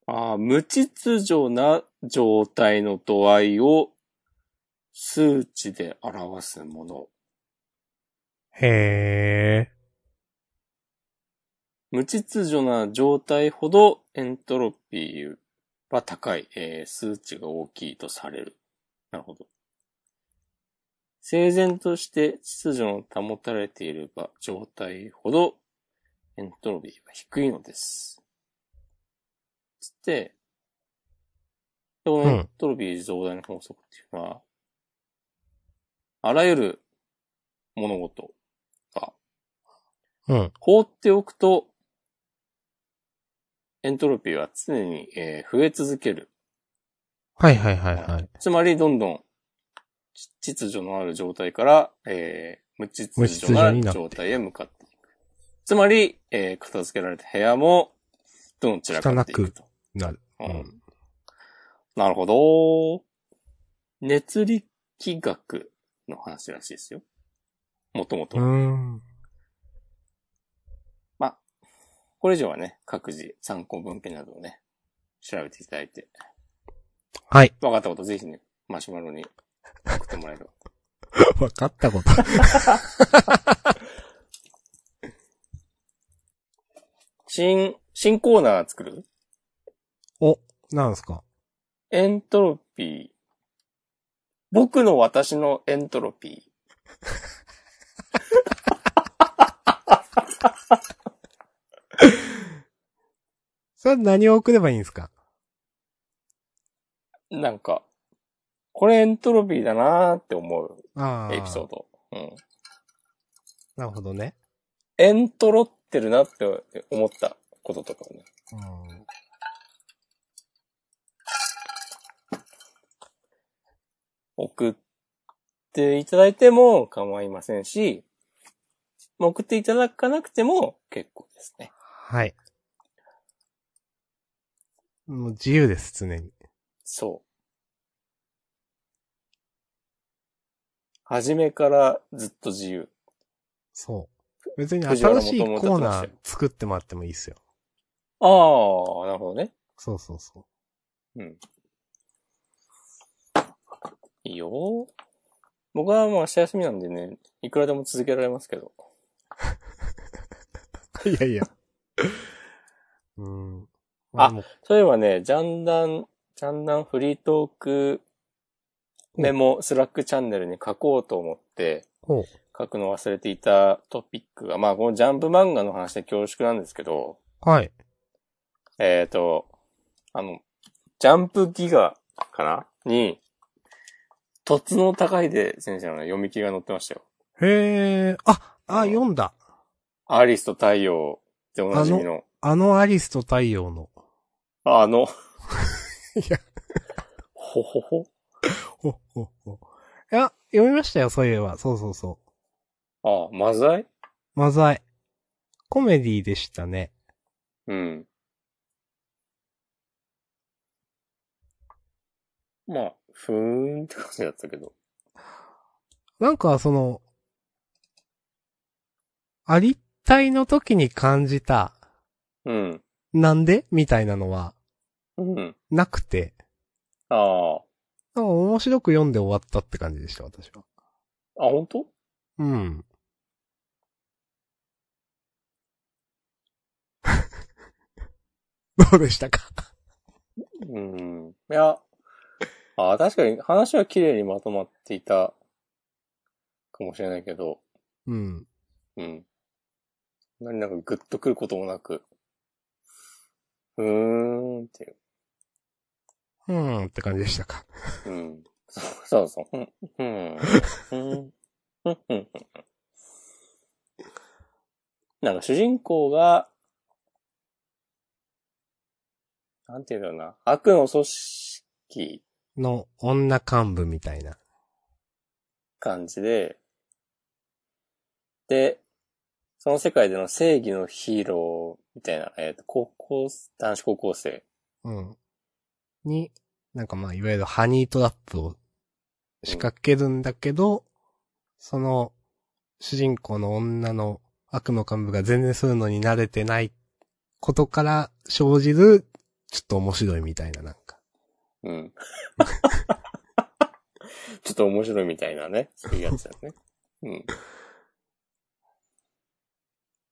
Speaker 1: あー無秩序な状態の度合いを数値で表すもの。
Speaker 2: へ
Speaker 1: 無秩序な状態ほどエントロピーは高い、えー数値が大きいとされる。なるほど。整然として秩序の保たれている場状態ほどエントロピーは低いのです。つって、こ
Speaker 2: う
Speaker 1: の
Speaker 2: ん
Speaker 1: エントロピー増大の法則っていうのは、あらゆる物事が
Speaker 2: ー。うん。
Speaker 1: 放っておくと、エントロピーは常に、えー増え続ける。
Speaker 2: はいはいはいはい。
Speaker 1: つまり、どんどん、ち秩序のある状態から、えー無秩序
Speaker 2: 無秩序にな
Speaker 1: な
Speaker 2: って
Speaker 1: 状態へ向かっていく。つまり、えー片付けられた部屋も、どんどん散らかっていくと。
Speaker 2: なる。
Speaker 1: う
Speaker 2: うんん。
Speaker 1: なるほど。熱力学の話らしいですよ。もともと
Speaker 2: う。ん。
Speaker 1: これ以上はね、各自参考文献などをね、調べていただいて、
Speaker 2: はい。
Speaker 1: 分かったことぜひね、マシュマロに送ってもらえれば。
Speaker 2: わかったこと。
Speaker 1: 新、新コーナー作る
Speaker 2: お、なんすか
Speaker 1: エントロピー。僕の私のエントロピー。
Speaker 2: それは何を送ればいいんですか
Speaker 1: なんか、これエントロピーだなーって思う
Speaker 2: ああ。
Speaker 1: エピソード。うん。
Speaker 2: なるほどね。
Speaker 1: エントロってるなって思ったこととかをね。
Speaker 2: うん。
Speaker 1: 送っていただいても構いませんし、まあ送っていただかなくても結構ですね。
Speaker 2: はい。もう自由です、常に。
Speaker 1: そう。初めからずっと自由。
Speaker 2: そう。別に
Speaker 1: 藤原も
Speaker 2: 新しい
Speaker 1: と
Speaker 2: コ
Speaker 1: もとやってま
Speaker 2: ーナ
Speaker 1: した
Speaker 2: ー
Speaker 1: よ
Speaker 2: 作ってもらってもいいですよ。
Speaker 1: ああ、なるほどね。
Speaker 2: そうそうそ
Speaker 1: うん。いいよ。僕はもう明日休みなんでね、いくらでも続けられますけど。
Speaker 2: う。いやいや。うん。
Speaker 1: あ
Speaker 2: でも
Speaker 1: そういえばね、ジャンダン、ジャンダンフリートークメモスラックチャンネルに書こうと思って、
Speaker 2: ほう。
Speaker 1: 書くの忘れていたトピックが、まあこのジャンプ漫画の話で恐縮なんですけど、
Speaker 2: はい。
Speaker 1: えっ、と、あの、ジャンプギガかなに、とつの高いで先生のね、読み切りが載ってましたよ。
Speaker 2: へえ、あ、あ、読んだ。
Speaker 1: アリスと太陽でおなじみの、
Speaker 2: あのアリスと太陽の。
Speaker 1: あ の、
Speaker 2: いや、
Speaker 1: ほほほ。
Speaker 2: ほっほっほ。いや、読みましたよ、そういえば。そうそうそ
Speaker 1: ああ、マザイ
Speaker 2: う。マザイ。コメディでしたね。
Speaker 1: うん。まあ、ふーんって感じだったけど。
Speaker 2: なんか、その、ありったいの時に感じた、
Speaker 1: うん。
Speaker 2: なんでみたいなのは、
Speaker 1: うん。
Speaker 2: なくて、
Speaker 1: あ
Speaker 2: なんか面白く読んで終わったって感じでした、私は。
Speaker 1: あ。あ、本当？
Speaker 2: うん。 どうでしたか
Speaker 1: うん。いや、ああ、確かに話は綺麗にまとまっていたかもしれないけど、
Speaker 2: うん。
Speaker 1: うん。そんなになんかグッとくることもなく、うーんっていう。
Speaker 2: うんって感じでしたか。
Speaker 1: うん。そうそうそう。うん。うん。うん。うん。うん。なんか主人公が、なんていうんだろうな、悪の組織
Speaker 2: の女幹部みたいな。
Speaker 1: 感じで、で、その世界での正義のヒーローみたいな、えっ、と、高校、男子高校生。
Speaker 2: うん。に、なんかまあ、いわゆるハニートラップを仕掛けるんだけど、その、主人公の女の悪の幹部が全然そういうのに慣れてないことから生じる、ちょっと面白いみたいななんか。
Speaker 1: うん。 ちょっと面白いみたいなね、そういうやつだね。うん。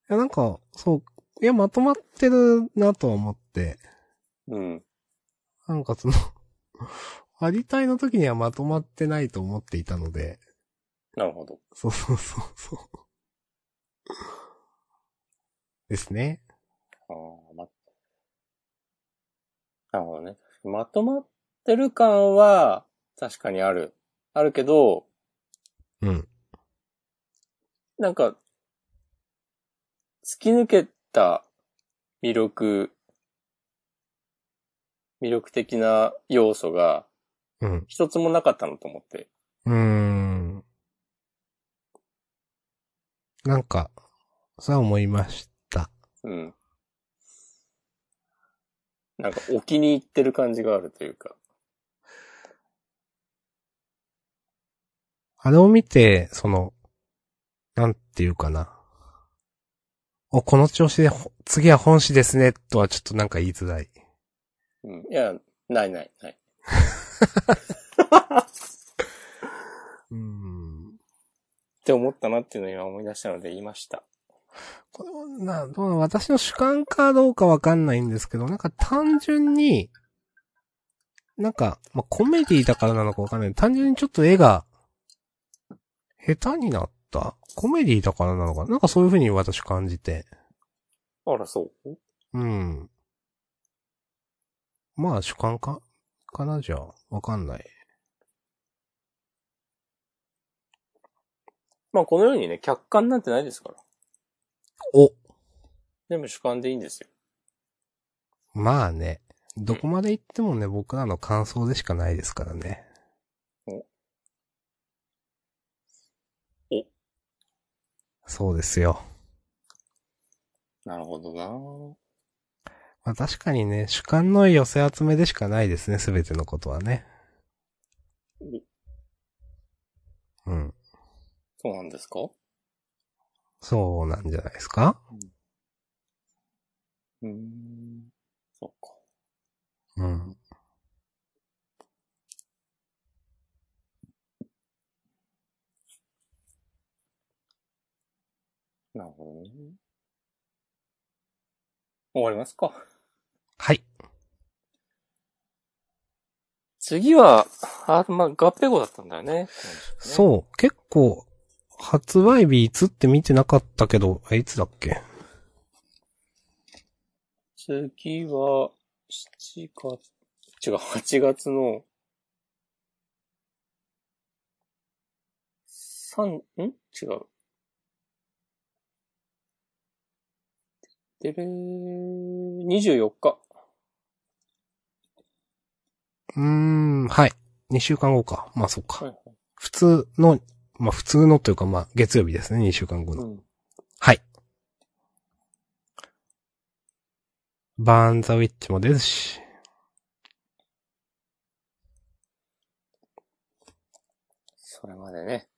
Speaker 2: いや、なんか、そう、いや、まとまってるなとは思って、
Speaker 1: うん。
Speaker 2: なんかその、 ありたいの時にはまとまってないと思っていたので、
Speaker 1: なるほど。
Speaker 2: そうそうそうそう。ですね。
Speaker 1: ああ、ま、なるほどね。まとまってる感は、確かにある。あるけど、
Speaker 2: うん。
Speaker 1: なんか、突き抜けた魅力、魅力的な要素が
Speaker 2: うん。
Speaker 1: 一つもなかったのと思って。
Speaker 2: うーん。なんか、そう思いました。
Speaker 1: うん。なんか、お気に入ってる感じがあるというか。
Speaker 2: あれを見て、その、なんていうかな。お、この調子でほ、次は本誌ですね、とはちょっとなんか言いづらい。
Speaker 1: うん。いや、ないないない。
Speaker 2: うーん。
Speaker 1: って思ったなっていうのを今思い出したので言いました。
Speaker 2: これもな、どう私の主観かどうかわかんないんですけど、なんか単純に、なんか、まあ、コメディだからなのかわかんない。単純にちょっと絵が、下手になったコメディだからなのかななんかそういう風に私感じて。
Speaker 1: あら、そう
Speaker 2: うん。まあ主観かかなじゃあ、わかんない。
Speaker 1: まあこのようにね、客観なんてないですから。
Speaker 2: お
Speaker 1: 全部主観でいいんですよ。
Speaker 2: まあね。どこまで行ってもね、僕らの感想でしかないですからね。
Speaker 1: お
Speaker 2: そうですよ。
Speaker 1: なるほどな
Speaker 2: まあ確かにね、主観の寄せ集めでしかないですね、すべてのことはね。うん。
Speaker 1: そうなんですか
Speaker 2: そうなんじゃないですか
Speaker 1: うーん。そっか。
Speaker 2: うん。
Speaker 1: なるほどね。終わりますか。
Speaker 2: はい。
Speaker 1: 次は、あ、まあ、合併号だったんだよね。う。
Speaker 2: そう、結構、発売日いつって見てなかったけど、えいつだっけ
Speaker 1: 次は、7月、違う、8月の、三、ん違う。でれー、24日。
Speaker 2: うーん、はい。2週間後か。まあそう
Speaker 1: は
Speaker 2: か。
Speaker 1: いはい
Speaker 2: 普通の、まあ普通のというかまあ月曜日ですね、2週間後
Speaker 1: う
Speaker 2: の。
Speaker 1: ん。
Speaker 2: はい。バーンザウィッチもですし。
Speaker 1: それまでね。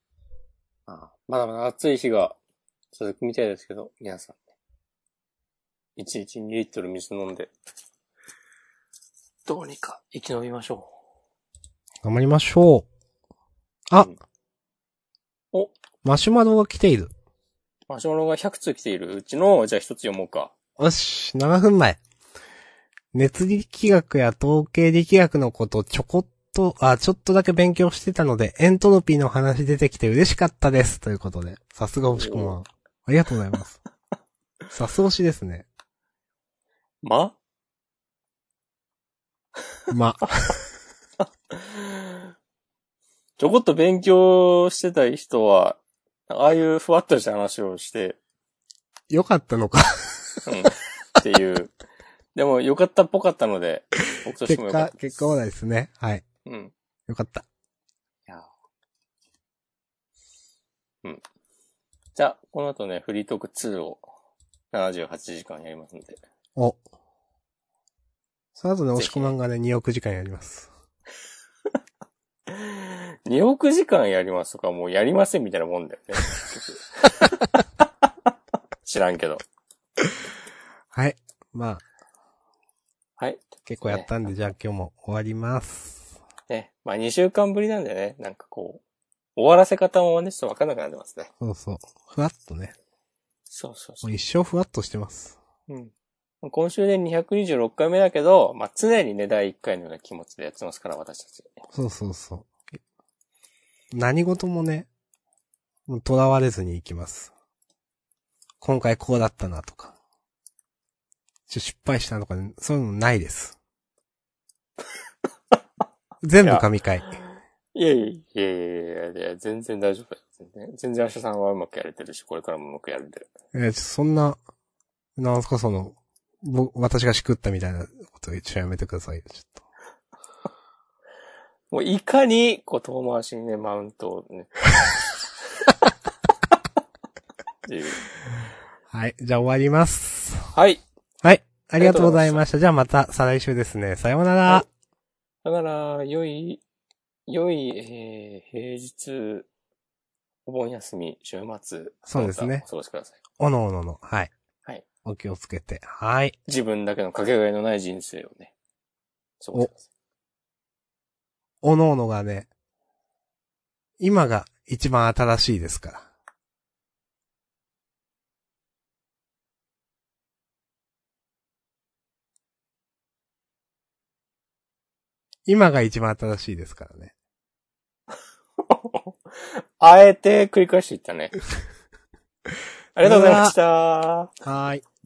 Speaker 1: ああまだまだ暑い日が続くみたいですけど、皆さん、ね。1日2リットル水飲んで、どうにか生き延びましょ
Speaker 2: 頑張りましょう。あ、
Speaker 1: う。お、
Speaker 2: マシュマロが来ている。
Speaker 1: マシュマロが100通来ているうちの、じゃあ一つ読もうか。
Speaker 2: よし、7分前。熱力学や統計力学のことちょこっと、あ、ちょっとだけ勉強してたので、エントロピーの話出てきて嬉しかったです。ということで、さすが星くん
Speaker 1: お
Speaker 2: は。ありがとうございます。さす推しですね。
Speaker 1: ま
Speaker 2: ま、
Speaker 1: ちょこっと勉強してたい人は、ああいうふわっとした話をして、
Speaker 2: 良かったの か。
Speaker 1: うん、っていう。 でも、良かったっぽかったので、僕として
Speaker 2: 結
Speaker 1: も良かっ
Speaker 2: 果
Speaker 1: た、。
Speaker 2: 結果はないですね。はい。
Speaker 1: うん。
Speaker 2: 良かった。
Speaker 1: いやうん。じゃあ、この後ね、フリートーク2を78時間やりますんで。
Speaker 2: お。その後ね、
Speaker 1: ぜ
Speaker 2: 押
Speaker 1: ひ
Speaker 2: し込まんがね、2億時間やります。
Speaker 1: 2億時間やりますとか、もうやりませんみたいなもんだ よね。結局知らんけど。
Speaker 2: はい。まあ、
Speaker 1: はい。
Speaker 2: 結構やったんで、じゃあ今日も終わります。
Speaker 1: ね。まあ、2週間ぶりなんでね、なんかこう、終わらせ方もね、ちょっとわかんなくなってますね。
Speaker 2: そうそう。ふわっとね。
Speaker 1: そうそうそ
Speaker 2: もう一生ふわっとしてます。
Speaker 1: う。うん。今週で226回目だけど、まあ、常にね、第1回のような気持ちでやってますから、私たち。
Speaker 2: そうそうそう。何事もね、囚われずに行きます。今回こうだったなとか。ちょ失敗したとか、ね、そういうのないです。全部神回。
Speaker 1: いやいやいやいやいやいや、全然大丈夫だよ。全然、全然明日さんはうまくやれてるし、これからもうまくやれてる。
Speaker 2: えーちょそんな、なんすかその、僕、私がしくったみたいなことを一応やめてくださいよ。ちょっと。
Speaker 1: もういかに、こう、遠回しにね、マウントをね。っていう
Speaker 2: はい。じゃあ終わります。
Speaker 1: はい。さ
Speaker 2: はい。ありがとうございました。じゃあまた、再来週ですね。さようなら。
Speaker 1: はいよなら、良い、良い、えー、平日、お盆休み、週末。
Speaker 2: そうですね
Speaker 1: どかお過ごしください。
Speaker 2: おのおのの、はい。
Speaker 1: はい。
Speaker 2: お気をつけて。はい。
Speaker 1: 自分だけのかけがえのない人生をね、過ごしてくださ
Speaker 2: おのおのがね、今が一番新しいですから。今が一番新しいですからね。
Speaker 1: い。 あえて繰り返していったね。ありがとうございました。
Speaker 2: はーい。